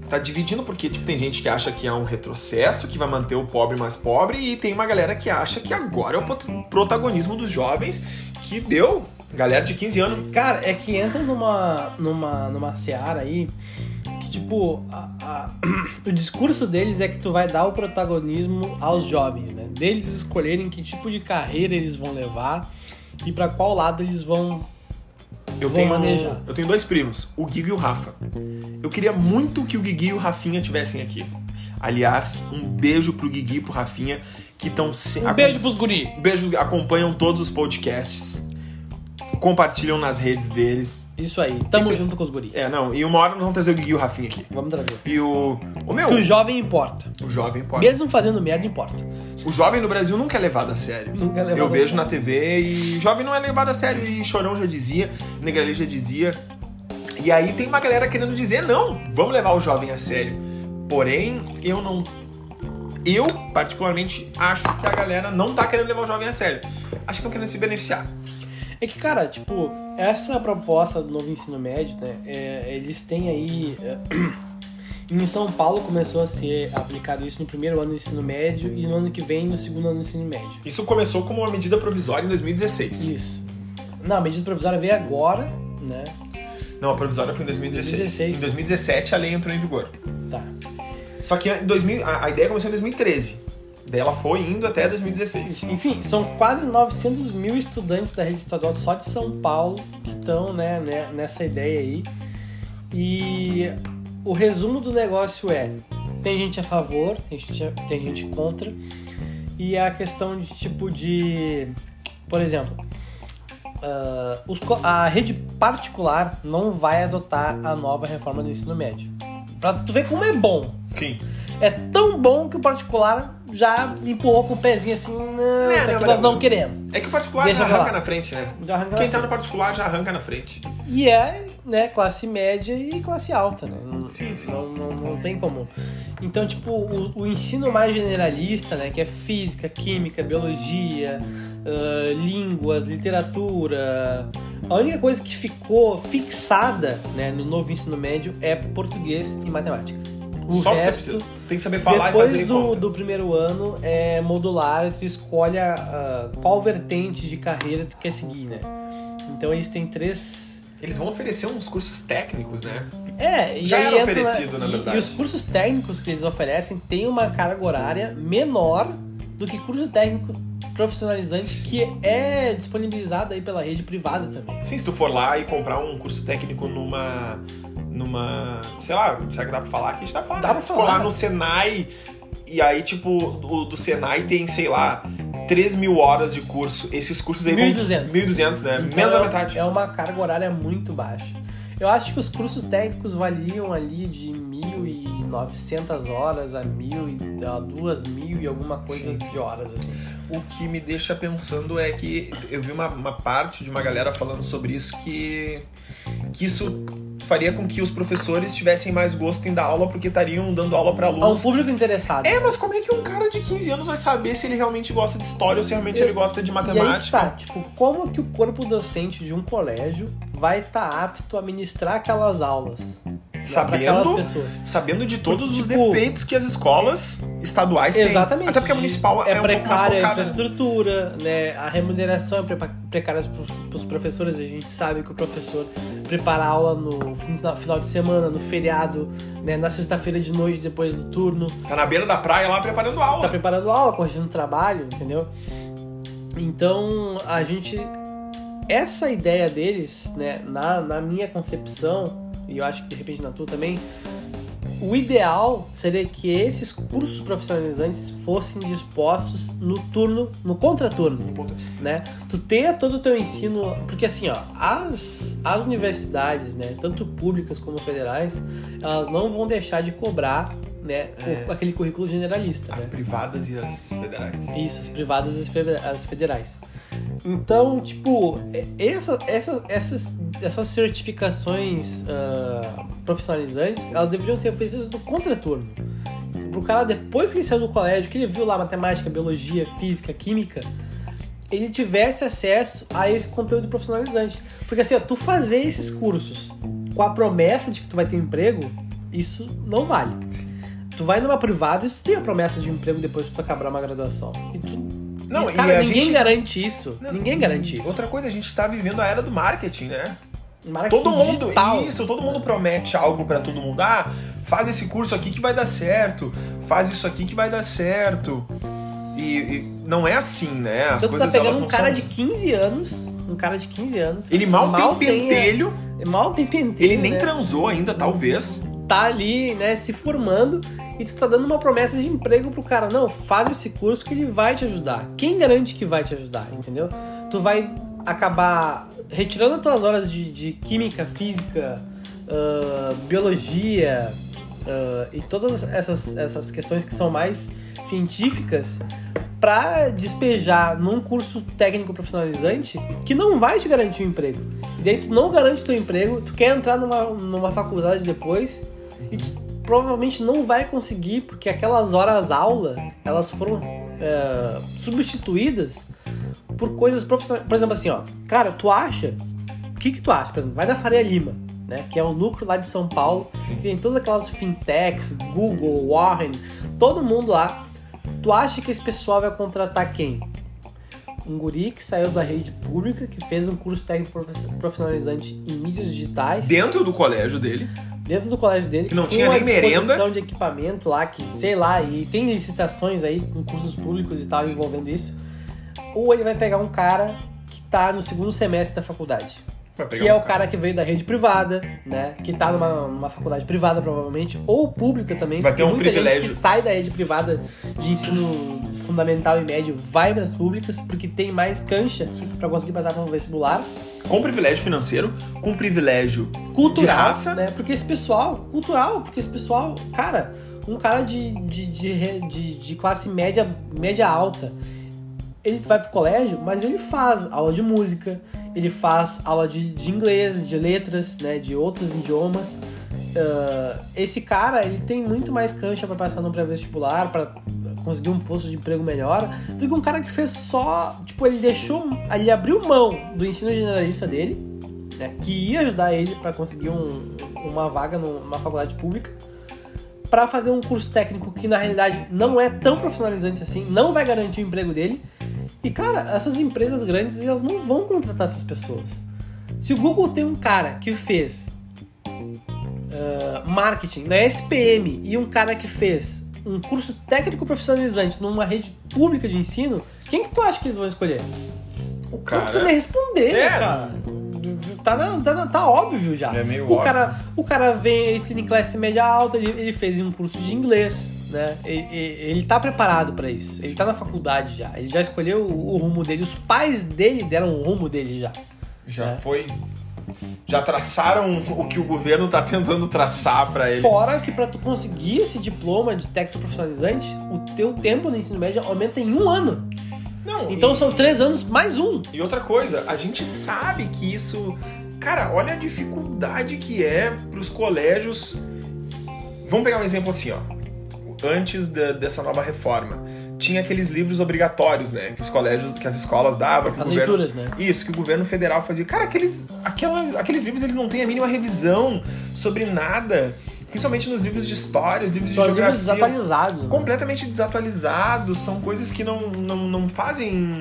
tá dividindo porque tipo tem gente que acha que é um retrocesso, que vai manter o pobre mais pobre e tem uma galera que acha que agora é o prot- protagonismo dos jovens que deu galera de 15 anos. Cara, é que entra numa, numa, numa seara aí que, tipo, a- a- <clears throat> o discurso deles é que tu vai dar o protagonismo aos jovens, né? Deles escolherem que tipo de carreira eles vão levar e pra qual lado eles vão. Um Eu Vou tenho manejar. eu tenho dois primos, o Guigui e o Rafa. Eu queria muito que o Guigui e o Rafinha tivessem aqui. Aliás, um beijo pro Guigui e pro Rafinha que estão Um beijo pros guri. beijo, acompanham todos os podcasts, compartilham nas redes deles. Isso aí, tamo Isso aí. junto com os guri. É, não, e uma hora nós vamos trazer o Guigui e o Rafinha aqui. Vamos trazer. E o. O meu, Que o jovem importa. o jovem pode. Mesmo fazendo merda, importa. O jovem no Brasil nunca é levado a sério. Nunca é levado Eu a vejo sério. na TV e jovem não é levado a sério. E Chorão já dizia, Negrali já dizia. E aí tem uma galera querendo dizer, não, vamos levar o jovem a sério. Porém, eu não... Eu, particularmente, acho que a galera não tá querendo levar o jovem a sério. Acho que estão querendo se beneficiar. É que, cara, tipo, essa proposta do novo ensino médio, né? é, eles têm aí. é, <clears throat> em São Paulo começou a ser aplicado isso no primeiro ano do ensino médio e no ano que vem no segundo ano do ensino médio. Isso começou como uma medida provisória em 2016. Isso. Não, a medida provisória veio agora, né? Não, a provisória foi em 2016. 2016. Em 2017 a lei entrou em vigor. Tá. Só que em 2000, a, a ideia começou em 2013. Daí ela foi indo até 2016. Enfim, são quase 900 mil estudantes da rede estadual só de São Paulo que estão né, né, nessa ideia aí. E o resumo do negócio é: tem gente a favor, tem gente, tem gente contra, e é a questão de tipo de. Por exemplo, ah, os co- a rede particular não vai adotar a nova reforma do ensino médio. Pra tu ver como é bom. Sim. É tão bom que o particular já empurrou com o pezinho assim, não, É, isso não, aqui nós mas- não queremos. É que o particular Deixa já pra lá. arranca na frente, né? Já arranca Quem na tá no particular já arranca na frente. E é, né, classe média e classe alta, né? Não- Sim, sim. Não, não, não tem como. Então, tipo, o, o ensino mais generalista, né, que é física, química, biologia, ah, línguas, literatura. A única coisa que ficou fixada, né, no novo ensino médio é português e matemática. O Só porque resto precisa- tem que saber falar e fazer Depois do, conta. do primeiro ano é modular, e tu escolhe a- a- qual vertente de carreira tu quer seguir, né? Então eles têm três. Eles vão oferecer uns cursos técnicos, né? É, e Já aí era entra- oferecido, na e- verdade. E os cursos técnicos que eles oferecem têm uma carga horária menor do que curso técnico profissionalizante que é disponibilizado aí pela rede privada também. Sim, se tu for lá e comprar um curso técnico numa. numa. sei lá, será que dá pra falar? Que a gente tá falando. Dá né? pra Se tu falar. for lá no Senai e aí, tipo, o do Senai tem, sei lá, 3 mil horas de curso. Esses cursos aí vão. 1.200. 1.200, né? Então, Menos é- da metade. É uma carga horária muito baixa. Eu acho que os cursos técnicos valiam ali de 1.900 horas a 1.000 e a 2.000 e alguma coisa de horas, assim. O que me deixa pensando é que eu vi uma, uma parte de uma galera falando sobre isso que, que isso faria com que os professores tivessem mais gosto em dar aula porque estariam dando aula para A um alunos. público interessado. É, mas como é que um cara de 15 anos vai saber se ele realmente gosta de história ou se realmente ele gosta de E aí que matemática? tá, tipo, como que o corpo docente de um colégio vai estar apto a ministrar aquelas aulas? né, pra aquelas Sabendo, pessoas. sabendo de todos os Tipo- defeitos que as escolas estaduais têm. Exatamente. Até porque a municipal é, é um pouco mais precária a focada. infraestrutura, né? A remuneração é prepa- precária para os professores. A gente sabe que o professor prepara a aula no fim- na- final de semana, no feriado, né? na sexta-feira de noite, depois do turno. Tá na beira da praia lá preparando aula. então. Tá preparando aula, corrigindo trabalho, entendeu? Então, a gente... Essa ideia deles, né? Na, na minha concepção, e eu acho que de repente na tua também... O ideal seria que esses cursos profissionalizantes fossem dispostos no turno, no contraturno né? Tu tenha todo o teu ensino, porque assim, ó, as, as universidades, né, tanto públicas como federais, elas não vão deixar de cobrar né, o- É. aquele currículo generalista. As né? privadas e as federais. Isso, as privadas e as fe- as federais. Então, tipo, é- essa, essas, essas, essas certificações ah, profissionalizantes, elas deveriam ser oferecidas no contraturno. Pro cara, depois que ele saiu do colégio, que ele viu lá matemática, biologia, física, química, ele tivesse acesso a esse conteúdo profissionalizante. Porque assim, ó, tu fazer esses cursos com a promessa de que tu vai ter emprego, isso não vale. Tu vai numa privada e tu tem a promessa de emprego depois que tu acabar uma graduação. E tu... Não, e, e cara, a ninguém gente- garante isso. Não, ninguém garante isso. Outra coisa, a gente tá vivendo a era do marketing, né? Marketing Todo mundo, digital. isso, todo mundo promete algo pra todo mundo. Ah, faz esse curso aqui que vai dar certo, faz isso aqui que vai dar certo. E, e não é assim, né? As Então tu tá coisas elas pegando um não cara são- de 15 anos, um cara de 15 anos. Ele que mal, tem a- pentelho, Mal tem pentelho. ele nem né? transou ainda, talvez. tá ali, né, se formando e tu tá dando uma promessa de emprego pro cara. Não, faz esse curso que ele vai te ajudar. Quem garante que vai te ajudar, entendeu? Tu vai acabar retirando as tuas horas de, de química, física, ah, biologia ah, e todas essas, essas questões que são mais científicas pra despejar num curso técnico profissionalizante que não vai te garantir um emprego. E daí tu não garante teu emprego, tu quer entrar numa, numa faculdade depois e tu provavelmente não vai conseguir porque aquelas horas aula elas foram é, substituídas por coisas profissionais. Por exemplo, assim, ó, cara, tu acha? O que que tu acha? Por exemplo, vai na Faria Lima, né? Que é um lucro lá de São Paulo que tem todas aquelas fintechs, Google, Warren, todo mundo lá. Tu acha que esse pessoal vai contratar quem? Um guri que saiu da rede pública, que fez um curso técnico profiss- profissionalizante em mídias digitais, Dentro do colégio dele. dentro do colégio dele, Que não com tinha a nem merenda. disposição de equipamento lá, que sei lá, e tem licitações aí com cursos públicos e tal envolvendo isso. Ou ele vai pegar um cara que tá no segundo semestre da faculdade Vai pegar que é um o cara que veio da rede privada, né? Que tá numa, numa faculdade privada, provavelmente, ou pública também. Vai ter porque um muita privilégio. gente que sai da rede privada de ensino fundamental e médio vai para as públicas, porque tem mais cancha pra conseguir passar para um vestibular. Com privilégio financeiro, com privilégio. Cultural, De raça. né? Porque esse pessoal, cultural, porque esse pessoal, cara, um cara de, de, de, re- de- de classe média, média alta, ele vai pro colégio, mas ele faz aula de música, ele faz aula de, de inglês, de letras, né, de outros idiomas. Ah, esse cara, ele tem muito mais cancha pra passar no pré-vestibular, pra conseguir um posto de emprego melhor, do que um cara que fez só, tipo, ele deixou, ele abriu mão do ensino generalista dele, né, que ia ajudar ele pra conseguir um- uma vaga numa faculdade pública, pra fazer um curso técnico que na realidade não é tão profissionalizante assim, não vai garantir o emprego dele. E cara, essas empresas grandes elas não vão contratar essas pessoas. Se o Google tem um cara que fez ah, marketing na SPM e um cara que fez um curso técnico profissionalizante numa rede pública de ensino, quem que tu acha que eles vão escolher? O Não precisa nem responder, É. né, cara. Tá, na- tá na- tá óbvio já. É meio o, óbvio. cara, o cara vem, ele tem classe média alta, ele, ele fez um curso de inglês, né? Ele, ele- ele tá preparado pra isso. Ele tá na faculdade já. Ele já escolheu o, o rumo dele. Os pais dele deram o rumo dele já. Já É. foi. Já traçaram o que o governo tá tentando traçar pra ele. Fora que pra tu conseguir esse diploma de técnico profissionalizante, o teu tempo no ensino médio aumenta em um ano. Não, Então e- são três anos mais um. E outra coisa, a gente sabe que isso. Cara, olha a dificuldade que é pros colégios. Vamos pegar um exemplo assim, ó. Antes da- dessa nova reforma, tinha aqueles livros obrigatórios, né? Que os colégios, que as escolas davam, que o As governo. leituras, né? Isso, que o governo federal fazia. Cara, aqueles, aquelas, aqueles livros eles não têm a mínima revisão sobre nada. Principalmente nos livros de história, os livros São de livros geografia desatualizados. né? completamente desatualizados, são coisas que não, não, não fazem.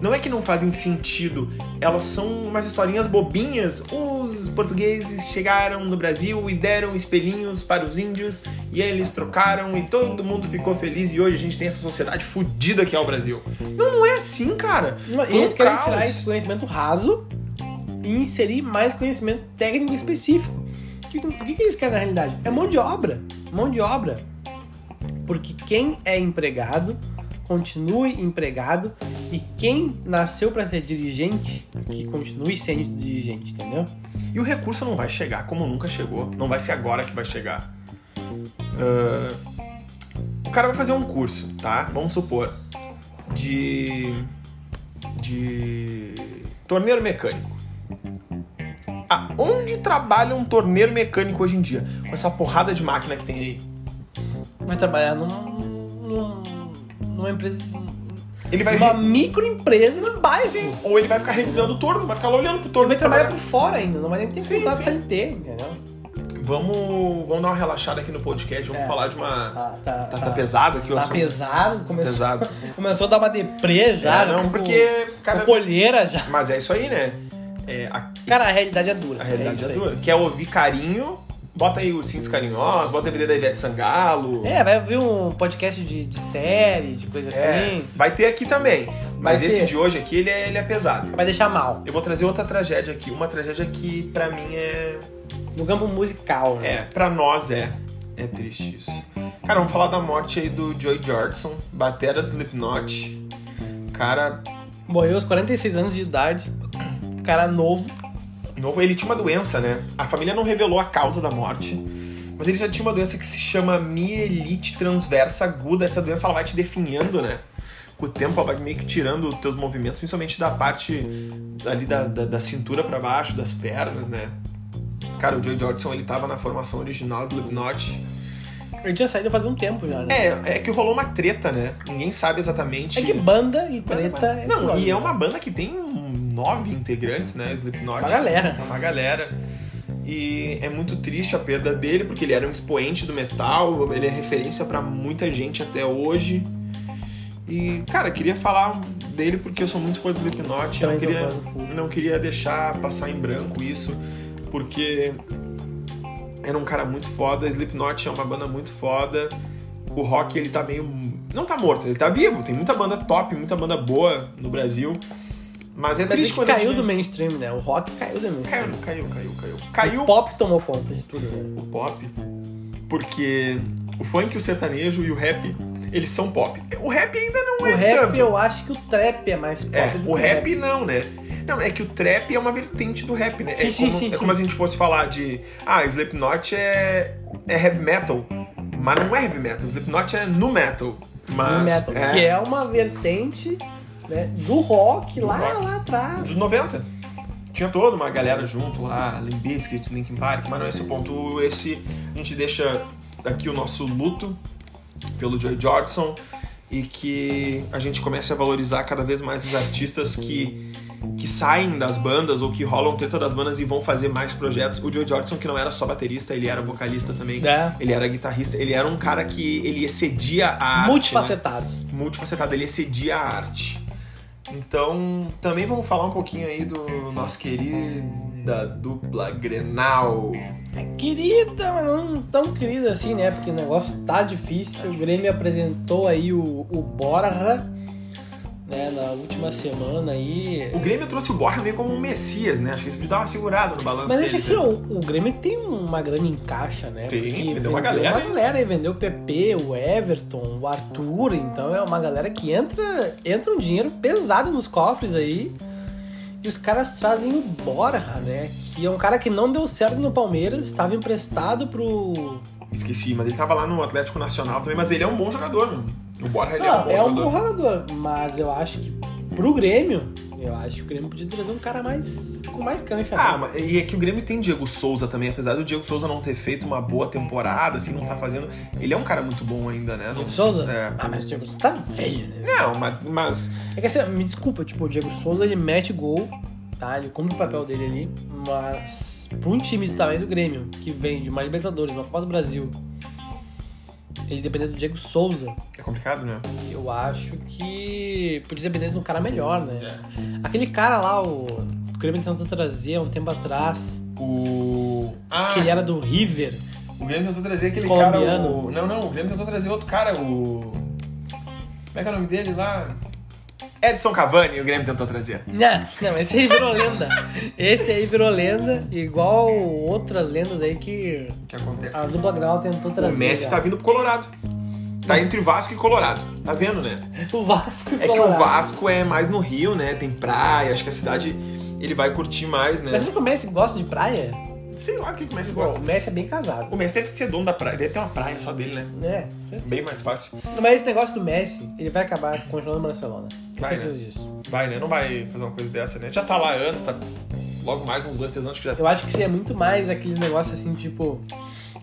Não é que não fazem sentido, elas são umas historinhas bobinhas. Os portugueses chegaram no Brasil e deram espelhinhos para os índios e eles trocaram e todo mundo ficou feliz e hoje a gente tem essa sociedade fodida que é o Brasil. Não, não é assim, cara. Não, Foi um Eles querem caos. tirar esse conhecimento raso e inserir mais conhecimento técnico específico. O que, o que que eles querem na realidade? É mão de obra. Mão de obra. Porque quem é empregado continue empregado e quem nasceu para ser dirigente que continue sendo dirigente, entendeu? E o recurso não vai chegar como nunca chegou. Não vai ser agora que vai chegar. ah, o cara vai fazer um curso, tá? Vamos supor, de. de. torneiro mecânico. Ah, onde trabalha um torneiro mecânico hoje em dia? Com essa porrada de máquina que tem aí. Vai trabalhar num, num- numa empresa. Ele vai. Uma microempresa no bairro. Sim, ou ele vai ficar revisando o torno, vai ficar lá olhando pro Ele torno. vai trabalhar por fora ainda, não vai nem ter Sim, contrato sim. CLT, entendeu? Vamos, vamos dar uma relaxada aqui no podcast, vamos É. falar de uma. Tá, Tá, tá, tá pesado aqui o Tá assunto. pesado, começou, Pesado. começou a dar uma deprê já. É, né? não, Tipo, porque com cada. colheira já. Mas é isso aí, né? É, a, Cara, a realidade é dura. a realidade isso é aí. Hum. dura. Quer ouvir carinho? Bota aí ursinhos carinhosos, bota DVD da Ivete Sangalo. É, vai ouvir um podcast de, de série, de coisa É, assim. vai ter aqui também. Mas Vai esse ter. de hoje aqui, ele é, ele é pesado. Vai deixar mal. Eu vou trazer outra tragédia aqui. Uma tragédia que, pra mim, é. No campo musical, né? É, pra nós é. É triste isso. Cara, vamos falar da morte aí do Joey Jordison, batera do Slipknot. Cara, Morreu aos 46 anos de idade. Cara novo. novo, ele tinha uma doença, né? A família não revelou a causa da morte, mas ele já tinha uma doença que se chama mielite transversa aguda. Essa doença ela vai te definhando, né? Com o tempo, ela vai meio que tirando os teus movimentos, principalmente da parte ali da, da, da cintura pra baixo, das pernas, né? Cara, o Joey Jordison, ele tava na formação original do Slipknot. Ele tinha saído faz um tempo já, né? É, é que rolou uma treta, né? Ninguém sabe exatamente... É que banda e Banda, treta é Não, suave. e é uma banda que tem nove integrantes, né? Slipknot. Uma galera. É uma galera. E é muito triste a perda dele, porque ele era um expoente do metal, ele é referência pra muita gente até hoje. E, cara, eu queria falar dele porque eu sou muito fã do Slipknot. Eu não Também sou queria, fã do Full. não queria deixar passar em branco isso, porque era um cara muito foda. Slipknot é uma banda muito foda. O rock, ele tá meio. Não tá morto, ele tá vivo. Tem muita banda top, muita banda boa no Brasil. Mas é Mas triste é que quando a caiu gente- do mainstream, né? O rock caiu do mainstream. Caiu, caiu, caiu, caiu. Caiu O pop tomou conta de tudo, né? o pop, porque o funk, o sertanejo e o rap, eles são pop. O rap ainda não é o rap, tanto. eu acho que o trap é mais pop É, do que o rap não, né? Não, é que o trap é uma vertente do rap, né? é Sim, sim, como, sim, é sim. como se a gente fosse falar de. Ah, Slipknot é, é heavy metal. Mas não é heavy metal. Slipknot é nu metal. Mas No metal, é que é uma vertente né, do rock Do lá, rock. lá atrás. dos 90. Tinha toda uma galera junto lá, Limp Bizkit, Linkin Park, mas não é esse o ponto. Esse, a gente deixa aqui o nosso luto pelo Joy Jordison e que a gente comece a valorizar cada vez mais os artistas que, que saem das bandas ou que rolam treta das bandas e vão fazer mais projetos. O Joy Jordison, que não era só baterista, ele era vocalista também. É. Ele era guitarrista, ele era um cara que ele excedia a arte, né? Multifacetado. multifacetado, ele excedia a arte. Então, também vamos falar um pouquinho aí do nosso querida dupla Grenal. É querida, mas não tão querida assim, né? Porque o negócio tá difícil. o Grêmio apresentou aí o, o Borra, né? Na última semana aí. O Grêmio trouxe o Borja meio como um messias, né? Acho que isso podia dar uma segurada no balanço Mas é dele. que assim, né? o, o Grêmio tem uma grana em caixa, né? Tem, Porque vendeu uma galera, Uma hein? galera aí, vendeu o PP, o Everton, o Arthur, então é uma galera que entra, entra um dinheiro pesado nos cofres aí. E os caras trazem o Borja, né? Que é um cara que não deu certo no Palmeiras, estava emprestado pro. né? Esqueci, mas ele tava lá no Atlético Nacional também, mas ele é um bom jogador. né? O Borja ele Não, é um bom jogador. Ah, borrador, mas eu acho que pro Grêmio, eu acho que o Grêmio podia trazer um cara mais com mais cancha. né? Ah, mas- e é que o Grêmio tem Diego Souza também, apesar do Diego Souza não ter feito uma boa temporada, assim, não tá fazendo. Ele é um cara muito bom ainda, né? Não, Diego Souza? É. Ah, mas o Diego Souza tá velho, né? não mas- mas É que assim, me desculpa, tipo, o Diego Souza ele mete gol, tá? Ele cumpre o papel dele ali, mas pra um time do tamanho do Grêmio, que vem de uma Libertadores, uma Copa do Brasil, ele depender do Diego Souza, é complicado, né? eu acho que podia depender de um cara melhor, né? É. Aquele cara lá, o, o Grêmio tentou trazer há um tempo atrás, O. Ah, que ele era do River. O Grêmio tentou trazer aquele cara. Colombiano. O... Não, não, o Grêmio tentou trazer outro cara, o. Como é que é o nome dele lá? Edson Cavani, o Grêmio tentou trazer. Não, não, esse aí virou lenda. Esse aí virou lenda, igual outras lendas aí que O que acontece? a dupla Granal tentou o trazer. Messi já. tá vindo pro Colorado. Tá entre Vasco e Colorado. Tá vendo, né? O Vasco É que o Vasco é mais no Rio, né? Tem praia, acho que a cidade ele vai curtir mais, né? Mas você que o Messi gosta de praia? sei lá o que que o Messi Bom, o gosta. Messi é bem casado. O Messi deve ser dono da praia, deve ter uma praia só dele, né? É, certeza. Bem mais fácil. Mas esse negócio do Messi, ele vai acabar continuando no Barcelona. Tenho Vai, certeza né? disso. Vai, né? Não vai fazer uma coisa dessa, né? Já tá lá há anos, tá logo mais uns dois, três anos que já tá. Eu acho que seria muito mais aqueles negócios assim, tipo...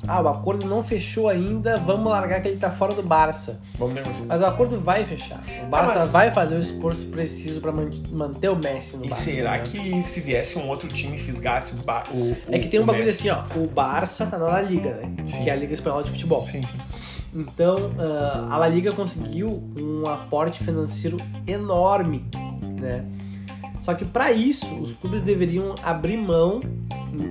Ah, o acordo não fechou ainda, vamos largar que ele tá fora do Barça. Vamos um. negociar. Mas o acordo vai fechar. O Barça Ah, mas- vai fazer o esforço preciso pra man- manter o Messi no E Barça. será né? que se viesse um outro time e fisgasse o, ba- o, É que tem um o bagulho Messi? assim, ó. O Barça tá na La Liga, né? Sim. Que é a Liga Espanhola de Futebol. Sim, sim. Então, ah, a La Liga conseguiu um aporte financeiro enorme, né? Só que para isso, os clubes deveriam abrir mão,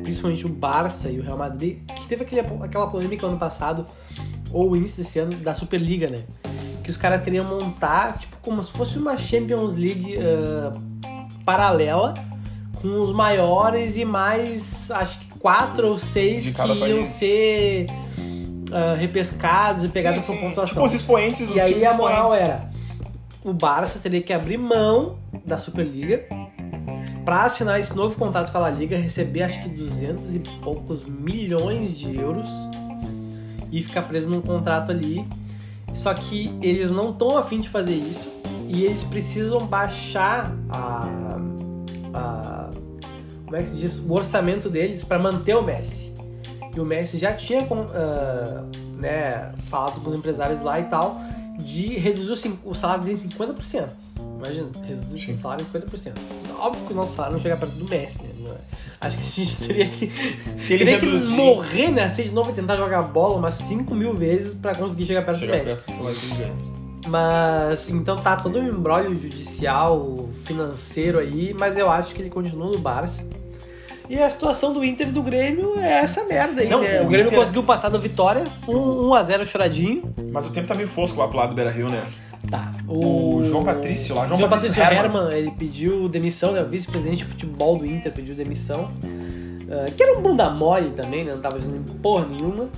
principalmente o Barça e o Real Madrid, que teve aquele, aquela polêmica ano passado, ou o início desse ano, da Superliga, né? Que os caras queriam montar, tipo, como se fosse uma Champions League ah, paralela, com os maiores e mais, acho que quatro ou seis De que cada iam país. ser ah, repescados e pegados Sim, por sim. pontuação. Tipo, os expoentes, os E aí times a moral é, expoentes. era: o Barça teria que abrir mão da Superliga pra assinar esse novo contrato com a La Liga, receber acho que 200 e poucos milhões de euros e ficar preso num contrato ali. Só que eles não estão afim de fazer isso e eles precisam baixar a. a- como é que se diz? O orçamento deles pra manter o Messi. E o Messi já tinha com- ah, né, falado com os empresários lá e tal de reduzir o cin- o salário dele em 50%. Imagina, reduzir Sim. o salário em 50%. Óbvio que o nosso salário não chega perto do Messi, né? Não é? Acho que a gente teria que, Se ele teria que reduzir- morrer né? na sede de novo e tentar jogar bola umas 5 mil vezes pra conseguir chegar perto Chegar do Messi. perto, sei lá, quem ganha. Mas então tá todo um embrólio judicial, financeiro aí, mas eu acho que ele continua no Barça. E a situação do Inter e do Grêmio é essa merda aí, Não, né? o O Grêmio Inter- conseguiu passar da vitória, 1x0 choradinho. Mas o tempo tá meio fosco lá pro lado do Beira Rio, né? Tá. O João Patrício lá, João Patrício Herman, ele pediu demissão, né? O vice-presidente de futebol do Inter pediu demissão. Ah, que era um bunda mole também, né? Não tava fazendo porra nenhuma.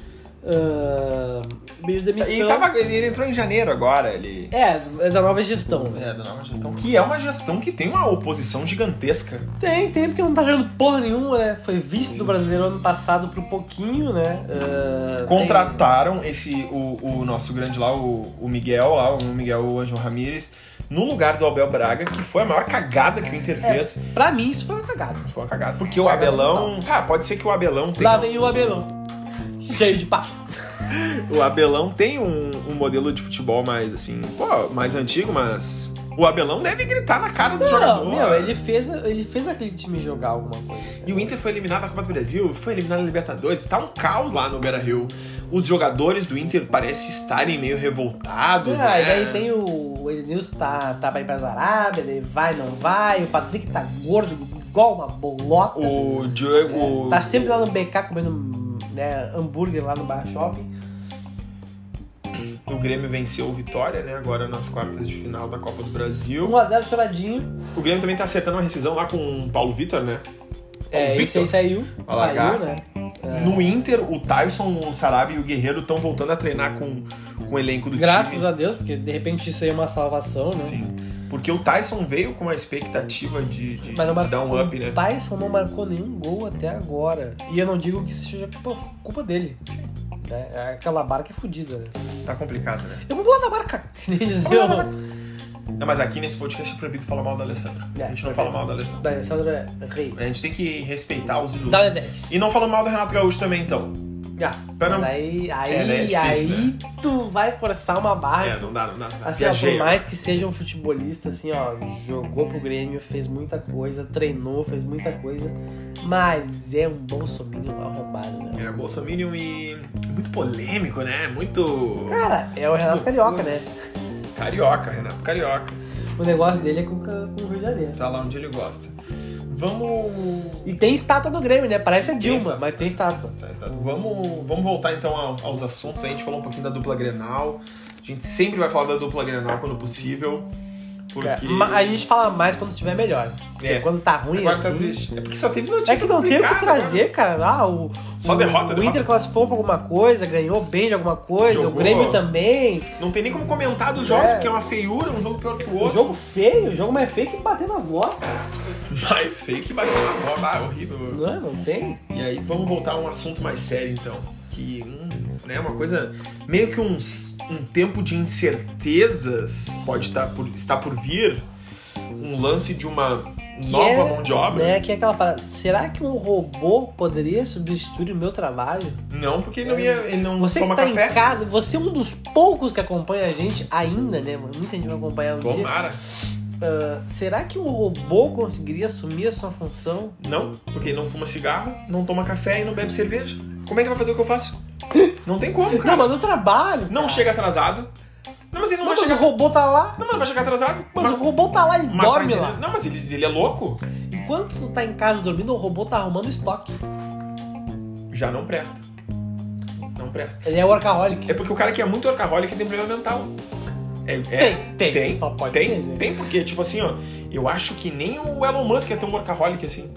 Ah, pediu demissão. E tava- ele ele entrou em janeiro agora, ele. É, é da nova gestão, né? É, da nova gestão. Que é uma gestão que tem uma oposição gigantesca. Tem, tem, porque não tá jogando porra nenhuma, né? Foi vice do brasileiro ano passado pro pouquinho, né? Ah, tem- Contrataram esse o, o nosso grande lá, o, o Miguel lá, o Miguel Angel Ramírez, no lugar do Abel Braga, que foi a maior cagada que o Inter É. fez. Pra mim, isso foi uma cagada. Foi uma cagada. Porque o Cagada Abelão. Cara, pode ser que o Abelão tenha. Lá vem o Abelão. Cheio de paixão. O Abelão tem um, um modelo de futebol mais assim, pô, mais antigo, mas. O Abelão deve gritar na cara do jogador. Não, meu, ele fez, ele fez aquele time jogar alguma coisa. E o Inter foi eliminado da Copa do Brasil, foi eliminado da Libertadores, tá um caos lá no Beira Rio. Os jogadores do Inter parecem estarem meio revoltados, Ah, né? e daí tem o, o Edenilson tá, tá pra ir pra Arábia, ele vai, não vai, o Patrick tá gordo, igual uma bolota. O Diego. Tá sempre lá no BK comendo né, hambúrguer lá no bar shopping. assim. O Grêmio venceu o Vitória, né? Agora nas quartas de final da Copa do Brasil. 1x0 choradinho. O Grêmio também tá acertando uma rescisão lá com o Paulo Vitor, né? É, Paulo esse aí Vitor. saiu. Vai largar. Saiu, né? No Inter, o Tyson, o Sarabia e o Guerreiro estão voltando a treinar com, com o elenco do Graças time. a Deus, porque de repente isso aí é uma salvação, né? Sim. Porque o Tyson veio com a expectativa de, de, Mas não de dar um up, né? O Tyson não marcou nenhum gol até agora. E eu não digo que isso seja culpa, culpa dele. né? É Aquela barca é fodida. Né? Tá complicado, né? Eu vou pular da barca, <laughs> que nem dizia o- Não, mas aqui nesse podcast é proibido falar mal da Alessandra. É, a gente não proibido. fala mal da Alessandra. da Alessandra é, Rei. A gente tem que respeitar os ídolos. Dá 10. Hum. E não falando mal do Renato Gaúcho também, então. Já. Pra não- Mas aí, aí, É, né? É difícil, aí tu vai forçar uma barra. É, não dá, não dá. Não dá. Assim, ó, por Viajei. mais que seja um futebolista, assim, ó, jogou pro Grêmio, fez muita coisa, treinou, fez muita coisa, mas é um bom sominho arrombado, né? É, Bolsominion e. Muito polêmico, né? Muito. Cara, é o Renato Carioca, né? Carioca, Renato Carioca. O negócio dele é com, ca- com o Rio de Janeiro. Tá lá onde ele gosta. Vamos. E tem estátua do Grêmio, né? Parece a Dilma, estátua. mas tem estátua. Tá, tá. Vamos, vamos voltar então ao- aos assuntos. A gente falou um pouquinho da dupla Grenal. A gente sempre vai falar da dupla Grenal quando possível. Porque. É, ma- a gente fala mais quando estiver melhor. Porque É. quando tá ruim, Agora tá assim... triste. É porque só teve notícia. né? É que não tem o que complicada, trazer, cara. Ah, o, Só o- derrota, O derrota. Inter classificou pra alguma coisa, ganhou bem de alguma coisa, o Jogou. Grêmio também. Não tem nem como comentar dos jogos, É. porque é uma feiura, um jogo pior que o O outro. jogo feio, o jogo mais feio que bater na vó. mais feio que bater na bola. Ah, horrível. Não, é? não tem. E aí vamos voltar a um assunto mais sério então. Que hum, né, uma coisa. Meio que uns, um tempo de incertezas pode estar por, estar por vir. Um lance de uma Que nova é, mão de obra. Né, que é aquela parada. Será que um robô poderia substituir o meu trabalho? Não, porque ele não ia. Ele não Você que toma tá café. em casa, você é um dos poucos que acompanha a gente ainda, né? mano? Muita gente vai acompanhar um dia. Tomara. Ah, será que um robô conseguiria assumir a sua função? Não, porque ele não fuma cigarro, não toma café e não bebe cerveja. Como é que vai fazer o que <laughs> eu faço? Não tem como, cara. Não, mas no trabalho. Não cara. chega atrasado. Não, mas ele não, Não, vai mas o chegar. robô tá lá. Não, mas não vai chegar atrasado. Mas, o robô tá lá, ele mas- dorme mas- lá. Não, mas ele, ele é louco. Enquanto tu tá em casa dormindo, o robô tá arrumando estoque. Já não presta. Não presta. Ele é workaholic. É porque o cara que é muito orcaholic tem problema mental. É, é- Tem, tem, Tem, Só pode tem, ter, né? tem, porque, tipo assim, ó, eu acho que nem o Elon Musk é tão workaholic assim.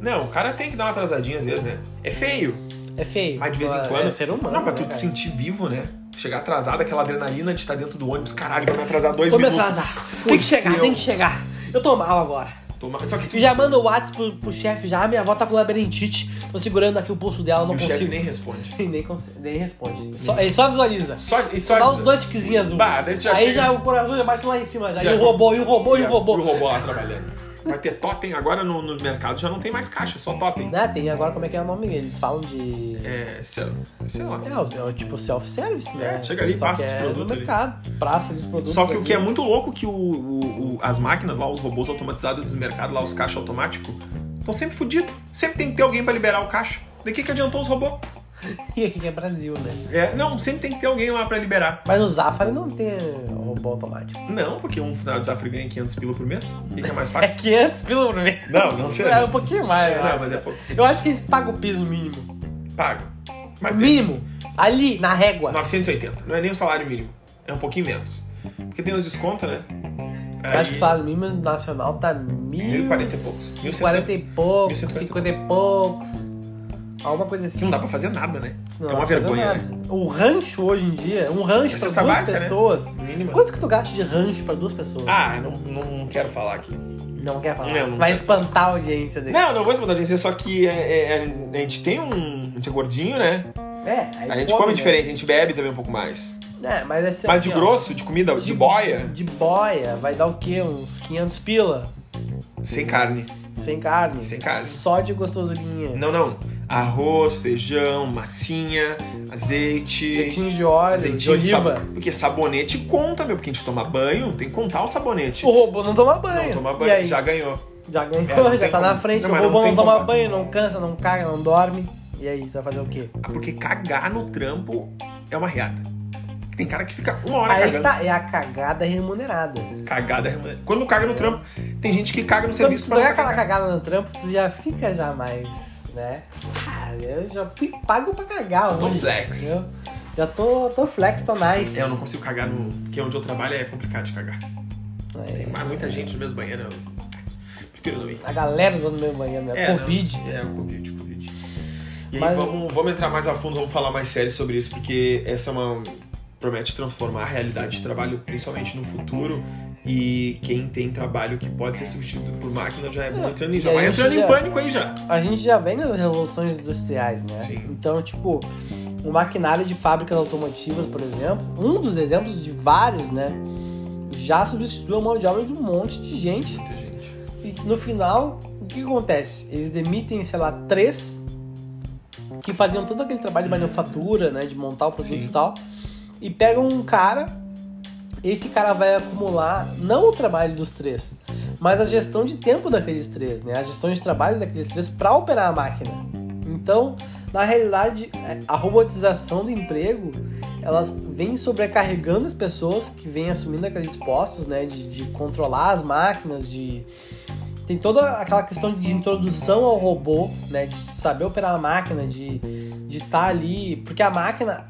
Não, o cara tem que dar uma atrasadinha às vezes, né? É feio. É feio. Mas de vez em É quando- ser humano. Não, pra né, tu te cara? sentir vivo, né? Chegar atrasado, aquela adrenalina de estar dentro do ônibus, caralho, vai me atrasar dois Vou me minutos. atrasar. Tem que chegar, Fudeu. tem que chegar. Eu tô mal agora. Toma- Só que tu Tu já manda o WhatsApp pro, pro chefe já. "Ah, Minha avó tá com labirintite. Tô segurando aqui o pulso dela, não o chefe consigo. nem responde. E nem, consegue, nem responde. Só- ele É. só visualiza. Só, e só, Dá os dois tiquezinhos azul. Bah, daí tu já Aí chega- já o coração já bate lá em cima. Já. Já- E o robô, e o robô, e o E o robô. robô lá trabalhando. Vai ter totem agora no, no mercado, já não tem mais caixa, só totem. Né, tem agora como é que é o nome? Eles falam de. É, sei lá. Sei lá. É, o- é o tipo self-service, né? É, chega ali, Só passa que os é produtos no ali. mercado, praça dos produtos. Só que o ali. que é muito louco que o, o- o- as máquinas lá, os robôs automatizados dos mercados lá, os caixas automáticos, estão sempre fodidos. Sempre tem que ter alguém pra liberar o caixa. De que, que adiantou os robôs? E aqui que é Brasil, né? É, não, sempre tem que ter alguém lá pra liberar. Mas no Zafari não tem robô automático. Não, porque um funcionário do Zafra ganha 500 pila por mês. O que, que é mais É fácil? 500 pila por mês. Não, não sei. <laughs> É um pouquinho mais, né? Não, mas é pouco. Eu acho que eles pagam o piso mínimo. Pago. Mas O mínimo. Ali, na régua. 980. Não é nem o salário mínimo. É um pouquinho menos. Porque tem os descontos, né? Eu acho que o Aí- salário mínimo nacional tá mil... 1.040 e poucos. 40 e poucos, 1.050 e 50 e poucos. Alguma coisa que assim. não dá pra fazer nada, né? Não, é uma não faz vergonha, nada. né? O rancho hoje em dia, um rancho É pra cesta duas básica, né? pessoas. Mínima. Quanto que tu gasta de rancho pra duas pessoas? Ah, eu não, não, não quero falar aqui. Não quer falar. Não, não Vai quero. espantar a audiência dele. Não, não vou explodir, só que é- é- a gente tem um. A gente é gordinho, né? É, aí A gente come né? diferente, a gente bebe também um pouco mais. É, mas é assim, Mas de assim, ó, grosso, de comida, de boia, De boia, vai dar o quê? Uns 500 pila? sem carne. Sem carne. Sem carne. Só de gostosurinha. Não, não. Arroz, feijão, massinha, azeite. Azeitinho de óleo, de Azeitinho de oliva. sab... Porque sabonete conta, meu. Porque a gente toma banho, tem que contar o sabonete. O robô não toma Não banho. toma E banho, aí, já ganhou. já ganhou, É, não já tem tá na como. frente. Não, o mas não robô não, tem toma como. banho, não cansa, não caga, não dorme. E aí, tu vai fazer o quê? Ah, Porque cagar no trampo é uma reata. Tem cara que fica uma hora Aí que cagando. tá, é a cagada remunerada. Cagada, irmã. Quando caga no trampo, tem gente que caga no Quando serviço tu dá não aquela cagar. cagada no trampo, tu já fica já mais, né? Ah, eu já fui pago pra cagar Tô hoje. flex. entendeu? Já tô, tô flex, tô nice. É, eu não consigo cagar no. Porque onde eu trabalho é complicado de cagar. Tem mais muita gente no mesmo banheiro. né? Eu prefiro não ir. A galera usando meu banheiro, né? É, Covid. não. É, o Covid, o Covid. E aí Mas- vamos, vamos entrar mais a fundo, vamos falar mais sério sobre isso, porque essa é uma. promete transformar a realidade de trabalho, principalmente no futuro. E quem tem trabalho que pode ser substituído por máquina já é bom entrando em, já e a vai gente entrando em já- pânico aí já. A gente já vem das revoluções industriais, né? Sim. Então, tipo, o maquinário de fábricas automotivas, por exemplo, um dos exemplos de vários, né? Já substituiu a mão de obra de um monte de gente. Muita gente. E no final, o que acontece? Eles demitem, sei lá, três que faziam todo aquele trabalho de manufatura, né? De montar o produto Sim. e tal. E pegam um cara. Esse cara vai acumular não o trabalho dos três, mas a gestão de tempo daqueles três, né? A gestão de trabalho daqueles três para operar a máquina. Então, na realidade, a robotização do emprego, elas vêm sobrecarregando as pessoas que vêm assumindo aqueles postos, né? De, de controlar as máquinas, de... Tem toda aquela questão de introdução ao robô, né? De saber operar a máquina, de estar de tá ali... Porque a máquina,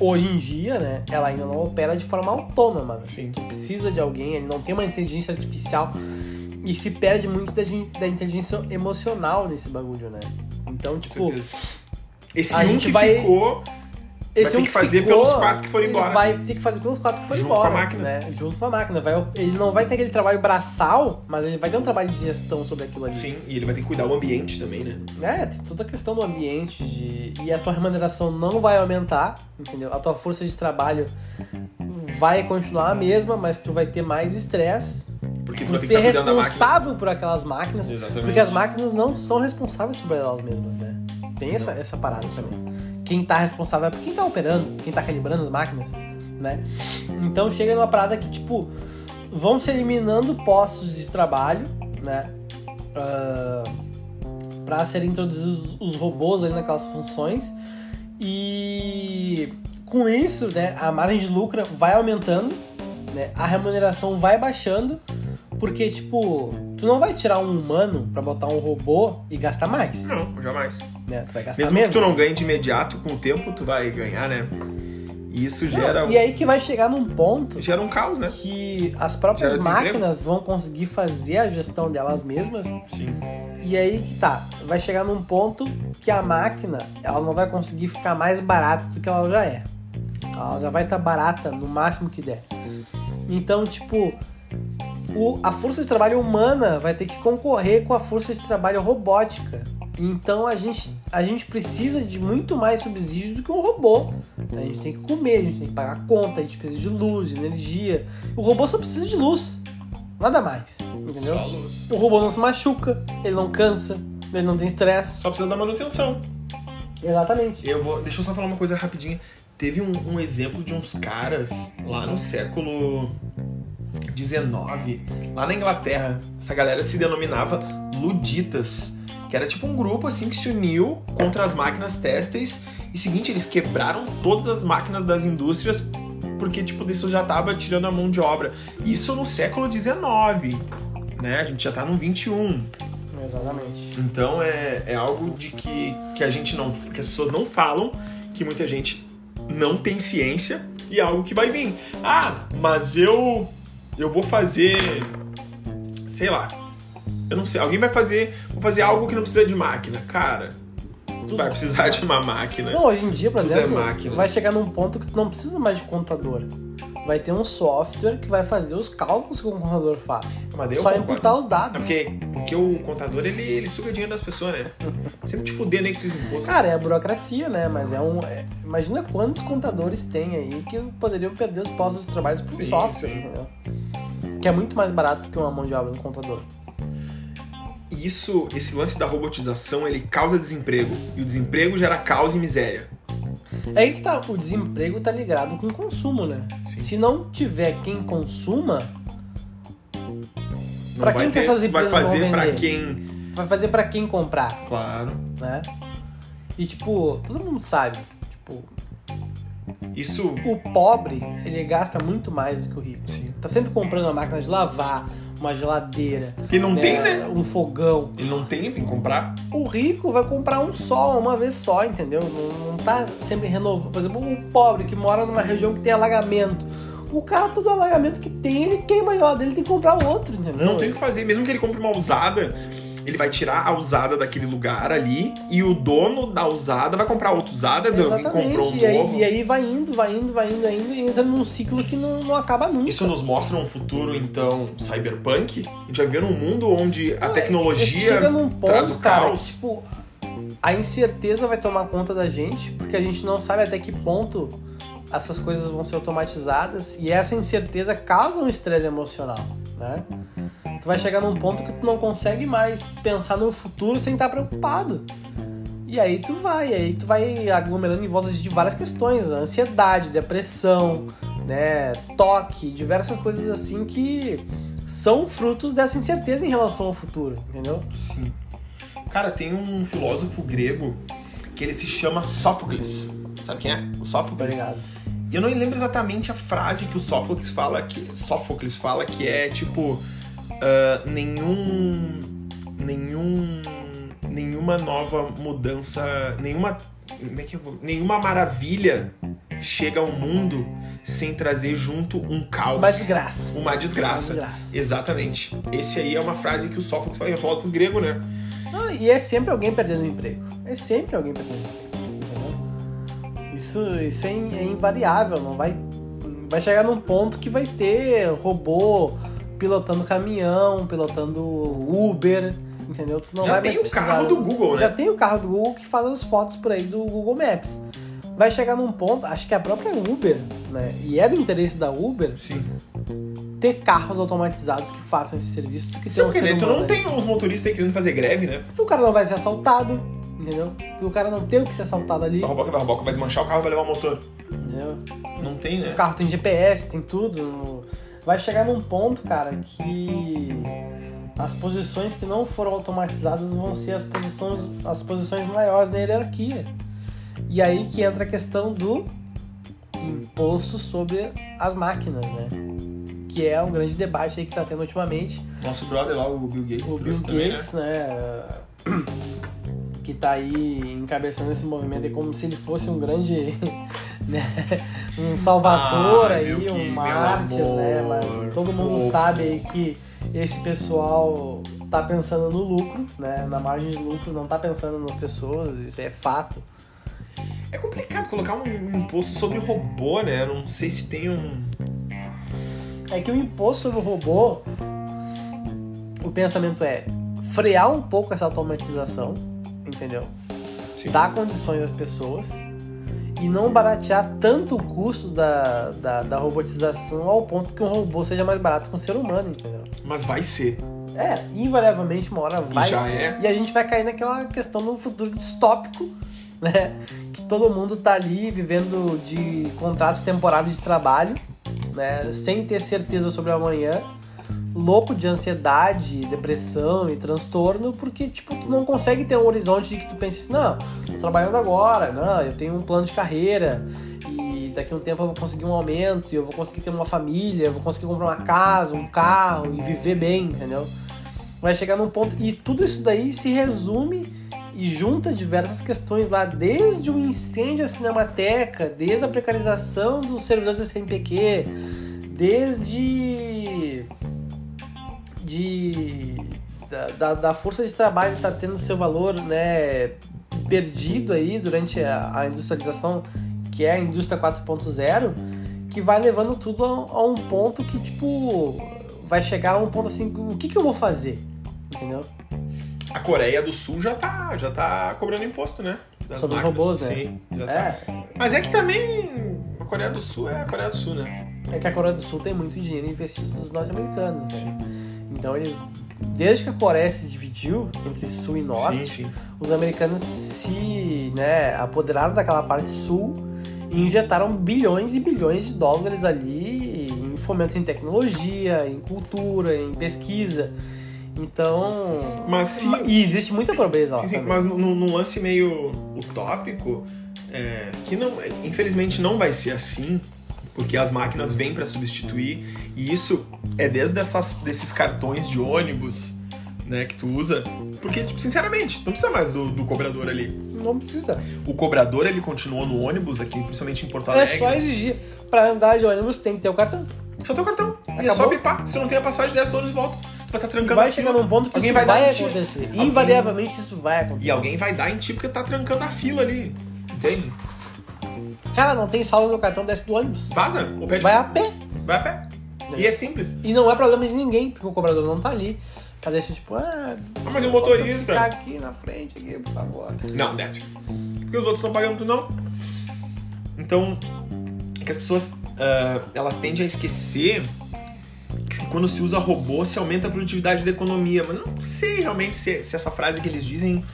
hoje em dia, né? Ela ainda não opera de forma autônoma. né? Sim. Tu precisa de alguém, ele não tem uma inteligência artificial e se perde muito da, gen- da inteligência emocional nesse bagulho, né? Então, Com tipo, certeza. Esse a um gente que vai- ficou Vai ter um que fazer pelos quatro que foram ele embora. Vai ter que fazer pelos quatro que foram Junto embora. com a máquina. Né? Junto com a máquina. Vai, ele não vai ter aquele trabalho braçal, mas ele vai ter um trabalho de gestão sobre aquilo ali. Sim, e ele vai ter que cuidar do ambiente também, né? É, tem toda a questão do ambiente de... e a tua remuneração não vai aumentar, entendeu? A tua força de trabalho vai continuar a mesma, mas tu vai ter mais estresse Porque tu por vai ter ser que estar cuidando da máquina. responsável por aquelas máquinas, Exatamente. porque as máquinas não são responsáveis por elas mesmas, né? Tem essa, Não. essa parada também. Quem tá responsável é quem tá operando, quem tá calibrando as máquinas, né? Então chega numa parada que, tipo, vão se eliminando postos de trabalho, né? Ah, para serem introduzidos os robôs ali naquelas funções. E com isso, né, a margem de lucro vai aumentando, né, a remuneração vai baixando, porque tipo, tu não vai tirar um humano pra botar um robô e gastar mais, Não, jamais. né? Tu vai gastar Mesmo menos. que tu não ganhe de imediato, com o tempo tu vai ganhar, né? E isso gera, Não, E aí que vai chegar num ponto gera um caos, né? que as próprias Gera desemprego. máquinas vão conseguir fazer a gestão delas mesmas Sim. E aí que tá, vai chegar num ponto que a máquina, ela não vai conseguir ficar mais barata do que ela já é. Ela já vai estar barata no máximo que der. Então, tipo, o- a força de trabalho humana vai ter que concorrer com a força de trabalho robótica. Então a gente, a gente precisa de muito mais subsídio do que um robô. A gente tem que comer, a gente tem que pagar conta, a gente precisa de luz, de energia. O robô só precisa de luz, nada mais. Entendeu? Só luz. O robô não se machuca, ele não cansa, ele não tem estresse. Só precisa da manutenção. Exatamente. Eu vou. Deixa eu só falar uma coisa rapidinha. Teve um, um exemplo de uns caras lá no século XIX, lá na Inglaterra. Essa galera se denominava Luditas, que era tipo um grupo assim que se uniu contra as máquinas têxteis. E seguinte, eles quebraram todas as máquinas das indústrias porque tipo isso já tava tirando a mão de obra. Isso no século XIX, né? A gente já tá no 21. Exatamente. Então é, é algo de que, que a gente não. que as pessoas não falam, que muita gente não tem ciência e é algo que vai vir. Ah, mas eu. Eu vou fazer. Sei lá. Eu não sei. Alguém vai fazer. Vou fazer algo que não precisa de máquina. Cara, tu vai precisar de uma máquina. Não, hoje em dia, por Tudo exemplo, é máquina. vai chegar num ponto que tu não precisa mais de computador. Vai ter um software que vai fazer os cálculos que o computador faz. Mas daí eu Só concordo. imputar os É dados. Porque, porque o contador, ele, ele suga dinheiro das pessoas, né? Sempre te fudendo aí com esses impostos. Cara, é a burocracia, né? Mas é um. é- Imagina quantos contadores tem aí que poderiam perder os postos de trabalho por Sim, software, sim. entendeu? Que é muito mais barato que uma mão de obra no contador. E isso, esse lance da robotização, ele causa desemprego. E o desemprego gera caos e miséria. É aí que tá, o desemprego tá ligado com o consumo, né? Sim. Se não tiver quem consuma, Não Pra vai quem que essas empresas vai fazer vão pra vender? quem? vai fazer pra quem comprar, Claro. né? E tipo, todo mundo sabe, tipo, Isso o pobre, ele gasta muito mais do que o rico. Sim. Tá sempre comprando uma máquina de lavar, uma geladeira, porque não tem, né? um fogão. Ele não tem, tem que comprar. O rico vai comprar um só, uma vez só, entendeu? Não, não tá sempre renovando. Por exemplo, o pobre que mora numa região que tem alagamento. O cara, todo alagamento que tem, ele queima a geladeira, ele tem que comprar outro, entendeu? Não, tem o que fazer. Mesmo que ele compre uma usada, ele vai tirar a usada daquele lugar ali e o dono da usada vai comprar outra usada, dando quem comprou um e aí, novo. e aí vai indo, vai indo, vai indo, vai indo, e entra num ciclo que não, não acaba nunca. Isso nos mostra um futuro, então, cyberpunk? A gente vai ver num mundo onde Não, é- a é que tecnologia chega num traz o ponto, cara, que, caos. tipo, a incerteza vai tomar conta da gente, porque a gente não sabe até que ponto essas coisas vão ser automatizadas e essa incerteza causa um estresse emocional, né? Tu vai chegar num ponto que tu não consegue mais pensar no futuro sem estar preocupado. E aí tu vai, aí tu vai aglomerando em volta de várias questões, ansiedade, depressão, né, toque, diversas coisas assim que são frutos dessa incerteza em relação ao futuro, entendeu? Sim. Cara, tem um filósofo grego que ele se chama Sófocles. Sabe quem é? O Sófocles. Obrigado. E eu não lembro exatamente a frase que o Sófocles fala, que Sófocles fala que é tipo ah, nenhum, nenhum, nenhuma nova mudança, nenhuma, como é que eu vou- nenhuma maravilha chega ao mundo sem trazer junto um caos, Uma desgraça. uma desgraça. Uma desgraça. Exatamente. Esse aí é uma frase que o Sófocles fala, é um filósofo grego, né? Não, e é sempre alguém perdendo o emprego. É sempre alguém perdendo o emprego. entendeu? Isso, isso é, in- é invariável, não vai, vai chegar num ponto que vai ter robô pilotando caminhão, pilotando Uber, entendeu? Tu não Já vai tem mais o precisar- carro do Google, Já né? tem o carro do Google que faz as fotos por aí do Google Maps. Vai chegar num ponto, acho que a própria Uber, né? E é do interesse da Uber Sim. ter carros automatizados que façam esse serviço do que Se ter um eu ser querer, tu humano não tem uns motoristas aí querendo fazer greve, né? o cara não vai ser assaltado, entendeu? Porque o cara não tem o que ser assaltado ali, Vai roubar, vai roubar, vai desmanchar o carro, vai levar o motor. entendeu? Não tem, né? O carro tem GPS, tem tudo. Vai chegar num ponto, cara, que as posições que não foram automatizadas vão ser as posições, as posições maiores na hierarquia. E aí que entra a questão do imposto sobre as máquinas, né? Que é um grande debate aí que tá tendo ultimamente. Nosso brother lá, o Bill Gates. o Bill trouxe também, Gates, né? Que tá aí encabeçando esse movimento é como se ele fosse um grande. <laughs> né, um salvador Ai, aí, Ah, meu que- um meu mártir, né? amor. Mas todo mundo Fofo. sabe aí que esse pessoal tá pensando no lucro, né? Na margem de lucro, não tá pensando nas pessoas, isso é fato. É complicado colocar um imposto sobre robô, né? Não sei se tem um. É que o imposto sobre o robô, o pensamento é frear um pouco essa automatização, entendeu? Sim. dar condições às pessoas e não baratear tanto o custo da, da, da robotização ao ponto que um robô seja mais barato que um ser humano, entendeu? Mas vai ser. É, invariavelmente uma hora vai já ser, é. e a gente vai cair naquela questão do futuro distópico, né? Que todo mundo tá ali vivendo de contratos temporários de trabalho, né? Sem ter certeza sobre o amanhã, louco de ansiedade, depressão e transtorno, porque tipo, tu não consegue ter um horizonte de que tu pense, não, tô trabalhando agora, não, eu tenho um plano de carreira. e Daqui a um tempo eu vou conseguir um aumento, e eu vou conseguir ter uma família, eu vou conseguir comprar uma casa, um carro e viver bem, entendeu? vai chegar num ponto e tudo isso daí se resume e junta diversas questões lá, desde o incêndio à Cinemateca, desde a precarização dos servidores da CNPq, desde de da, da, da força de trabalho está tendo seu valor, né, perdido aí durante a, a industrialização, que é a indústria 4.0, que vai levando tudo a, a um ponto que tipo vai chegar a um ponto assim, o que que eu vou fazer? Entendeu? A Coreia do Sul já tá, já tá cobrando imposto, né? Sobre os máquinas. robôs, né? Sim, já tá. É, Mas é que também a Coreia do Sul é a Coreia do Sul, né? é que a Coreia do Sul tem muito dinheiro investido nos norte-americanos, né? Então eles, desde que a Coreia se dividiu entre sul e norte, Sim, sim. os americanos se né, apoderaram daquela parte sul e injetaram bilhões e bilhões de dólares ali em fomento em tecnologia, em cultura, em pesquisa. Então. Mas se. E existe muita pobreza lá. Sim, sim, também. mas num num lance meio utópico, é, que não, infelizmente não vai ser assim, porque as máquinas vêm para substituir, e isso é desde essas, desses cartões de ônibus né, que tu usa, porque, tipo, sinceramente, não precisa mais do, do cobrador ali. Não precisa. O cobrador, ele continuou no ônibus aqui, principalmente em Porto É Alegre. só exigir. Pra andar de ônibus tem que ter o cartão. Só tem o cartão. E é só Acabou. bipar. Se não tem a passagem, desce do ônibus e volta. Tu vai estar trancando Vai a chegar fila. num ponto que um Alguém isso vai vai, dar um tiro. acontecer. Alguém- Invariavelmente isso vai acontecer. E alguém vai dar em ti porque tu tá trancando a fila ali. Entende? Cara, não tem saldo no cartão, desce do ônibus. Vaza. Ou pede Vai a pé. Vai a pé. E é simples. E não é problema de ninguém, porque o cobrador não tá ali. Pra deixar tipo, ah, Ah, mas e o posso motorista? ficar aqui na frente, aqui, por favor. Não, desce. Porque os outros estão pagando, tu não. Então, é que as pessoas, ah, elas tendem a esquecer que quando se usa robô, se aumenta a produtividade da economia. Mas não sei realmente se, se essa frase que eles dizem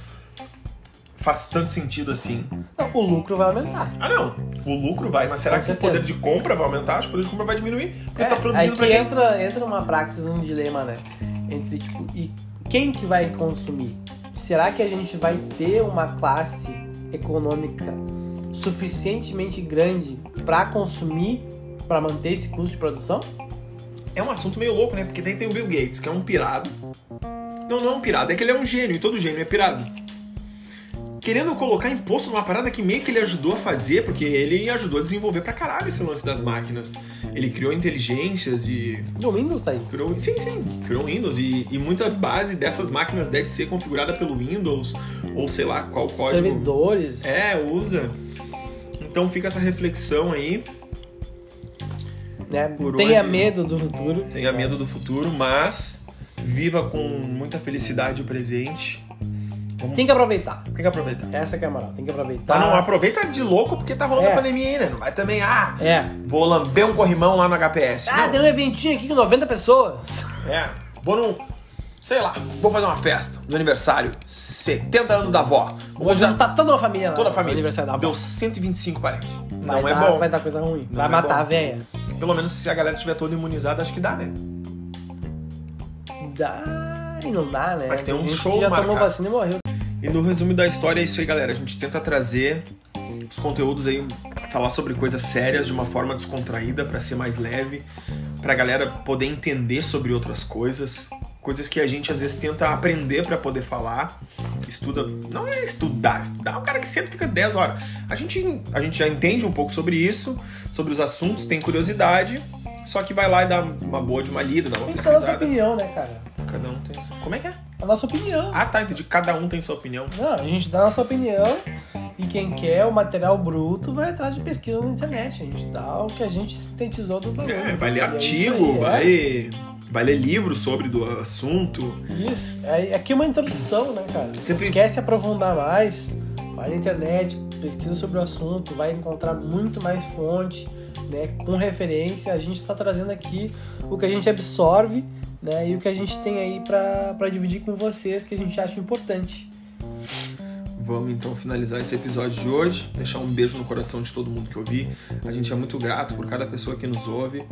faz tanto sentido assim. Não, o lucro vai aumentar. Ah, não. O lucro vai, mas será Com que certeza. É, o poder de compra vai aumentar? Acho que o poder de compra vai diminuir. Porque tá aí produzindo que pra quem? entra, entra uma praxis, um dilema, né? Entre, tipo, e quem que vai consumir? Será que a gente vai ter uma classe econômica suficientemente grande pra consumir, pra manter esse custo de produção? É um assunto meio louco, né? Porque daí tem o Bill Gates, que é um pirado. Não, não é um pirado, é que ele é um gênio, e todo gênio é pirado. Querendo colocar imposto numa parada que meio que ele ajudou a fazer, porque ele ajudou a desenvolver pra caralho esse lance das máquinas. Ele criou inteligências e. No Windows tá aí. Criou, sim, sim, criou Windows. E, e muita base dessas máquinas deve ser configurada pelo Windows, ou sei lá qual código. Servidores. É, usa. Então fica essa reflexão aí. Né? Por Tenha hoje- medo do futuro. Tenha medo do futuro, mas viva com muita felicidade o presente. Tem que aproveitar. Tem que aproveitar. Essa que é a moral. Tem que aproveitar. Tá, não, aproveita de louco porque tá rolando É. a pandemia ainda. Não vai também, ah, É. vou lamber um corrimão lá no HPS. Ah, não. tem um eventinho aqui com 90 pessoas. É, vou num. Sei lá, vou fazer uma festa de aniversário. 70 anos da avó. Vou Hoje ajudar tá toda a família lá. toda a família. Aniversário da avó. Deu 125 parentes. Vai não dar- é bom. Vai dar coisa ruim. Não vai é matar bom. a véia. Pelo menos se a galera estiver toda imunizada, acho que dá, né? Dá e não dá, né? Mas tem um gente show que já tomou marcado. vacina e morreu. E no resumo da história é isso aí, galera. A gente tenta trazer os conteúdos aí, falar sobre coisas sérias de uma forma descontraída pra ser mais leve, pra galera poder entender sobre outras coisas, coisas que a gente às vezes tenta aprender pra poder falar. Estuda, não é estudar, estudar é um cara que sempre fica 10 horas. A gente a gente já entende um pouco sobre isso, sobre os assuntos, tem curiosidade, só que vai lá e dá uma boa de uma lida, dá uma Tem que ser a nossa pesquisada. opinião, né, cara? Cada um tem sua... Como é que é? A nossa opinião. Ah, tá, entendi. Cada um tem sua opinião. Não, a gente dá a nossa opinião e quem quer o material bruto vai atrás de pesquisa na internet. A gente dá o que a gente sintetizou do bagulho. É, vai E ler é artigo, isso vai, aí, vai ler livro sobre do assunto. é. Isso. É, aqui é uma introdução, né, cara? Sempre- Quer se aprofundar mais, vai na internet, pesquisa sobre o assunto, vai encontrar muito mais fonte, né? Com referência, a gente está trazendo aqui o que a gente absorve, né? E o que a gente tem aí pra pra dividir com vocês que a gente acha importante. Vamos então finalizar esse episódio de hoje, deixar um beijo no coração de todo mundo que ouvi. A gente é muito grato por cada pessoa que nos ouve.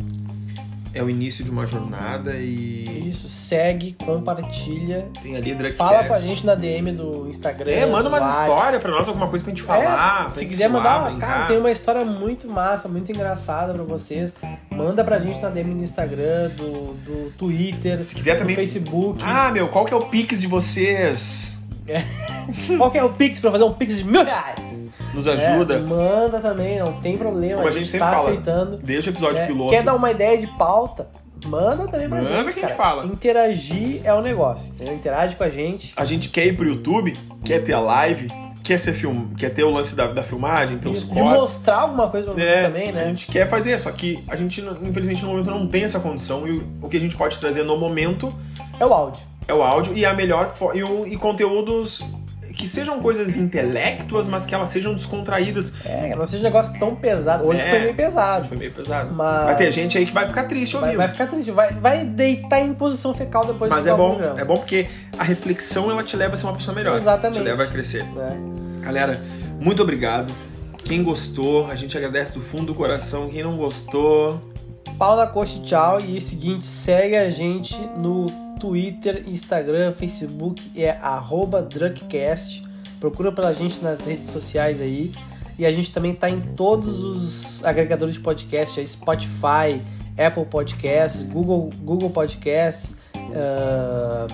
É o início de uma jornada e É Isso, segue, compartilha, tem ali Dragcast. Fala com a gente na DM do Instagram. É, manda do umas Whats. histórias pra nós, alguma coisa pra gente É, falar. pra se gente quiser zoar, mandar, brincar. cara, tem uma história muito massa, muito engraçada pra vocês. Manda pra gente na DM do Instagram, do, do Twitter, Se quiser do também- Facebook. Ah, meu, qual que é o pix de vocês? Qual que é o Pix pra fazer um Pix de mil reais? Nos É, ajuda. manda também, não tem problema. Como a a gente gente sempre tá fala, aceitando. Desde o episódio É, piloto. quer dar uma ideia de pauta? Manda também pra Manda gente. que a gente cara. fala. Interagir é o negócio, entendeu? Interage com a gente. a gente quer ir pro YouTube, quer ter a live, quer ser film, quer ter o lance da, da filmagem, ter E, os e cortes. mostrar alguma coisa pra vocês É, também, né? A gente quer fazer, só que a gente, infelizmente, no momento não tem essa condição. E o- o que a gente pode trazer no momento É o áudio. é o áudio e a melhor fo- e, o- e conteúdos que sejam coisas intelectuais, mas que elas sejam descontraídas. É, não seja um negócio tão pesado. Hoje É. foi meio pesado. Foi meio pesado. Mas- Vai ter gente aí que vai ficar triste Vai, ouvindo. vai ficar triste, vai, vai deitar em posição fecal depois mas do é bom, programa. é bom porque a reflexão ela te leva a ser uma pessoa melhor. Exatamente. Te leva a crescer. né? Galera, muito obrigado. Quem gostou, a gente agradece do fundo do coração. Quem não gostou, Pau na coxa, e tchau. E o seguinte, segue a gente no Twitter, Instagram, Facebook, é arroba Drunkcast. Procura pela gente nas redes sociais aí. E a gente também tá em todos os agregadores de podcast, aí, Spotify, Apple Podcasts, Google, Google Podcasts, ah,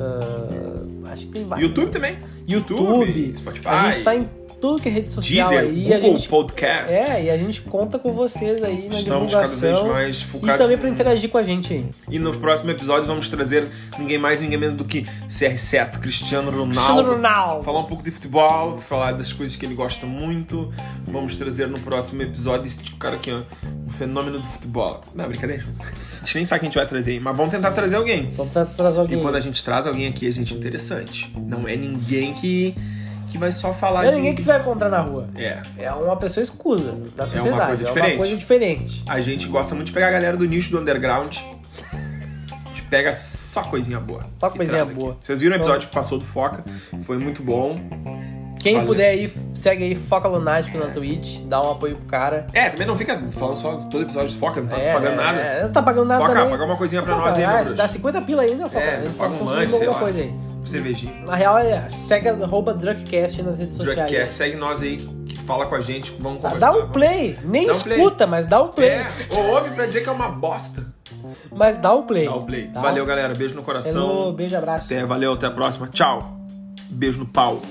ah, acho que tem vários. YouTube também. YouTube. Spotify. A gente tá em tudo que é rede social Deezer, aí. Google a gente, Podcasts. é, e a gente conta com vocês aí na Estamos cada vez divulgação. mais E focados. também pra interagir com a gente aí. E nos próximos episódios vamos trazer ninguém mais, ninguém menos do que CR7, Cristiano Ronaldo. Cristiano Ronaldo. Falar um pouco de futebol, falar das coisas que ele gosta muito. Vamos trazer no próximo episódio esse tipo cara aqui, ó, um fenômeno do futebol. Não, é brincadeira. A gente nem sabe quem a gente vai trazer, aí, mas vamos tentar trazer alguém. Vamos tra- trazer E alguém. quando é a gente traz alguém aqui, a gente é interessante. Não é ninguém que, que vai só Não falar é de. ninguém que tu vai encontrar na rua. É. É uma pessoa escusa da sociedade. coisa é diferente. uma coisa diferente. A gente gosta muito de pegar a galera do nicho do underground. A gente pega só coisinha boa. Só e coisinha traz aqui. boa. Então- Vocês viram o episódio que passou do Foca? Foi muito bom. Quem Valeu. puder aí, segue aí Foca Lunático na Twitch, dá um apoio pro cara. É, também não fica falando só todo episódio do Foca, não tá É, pagando nada. é, não tá pagando nada Foca, também. paga uma coisinha pra Foca, nós aí, ah, meu se bruxo. dá 50 pila ainda, Foca. É, a gente paga um conseguir lanche, sei alguma lá. coisa aí. Cervejinha. Na real, é, segue arroba Drunkcast nas redes sociais. Drunkcast, é, segue nós aí, que fala com a gente, vamos Tá, conversar. dá um vamos- play, nem Dá um play. escuta, mas dá um play. É, ou ouve pra dizer que é uma bosta. Mas dá um play. Dá o play. tá? Valeu, galera. Beijo no coração. Hello, beijo, abraço. Até, valeu, até a próxima. Tchau. Beijo no pau.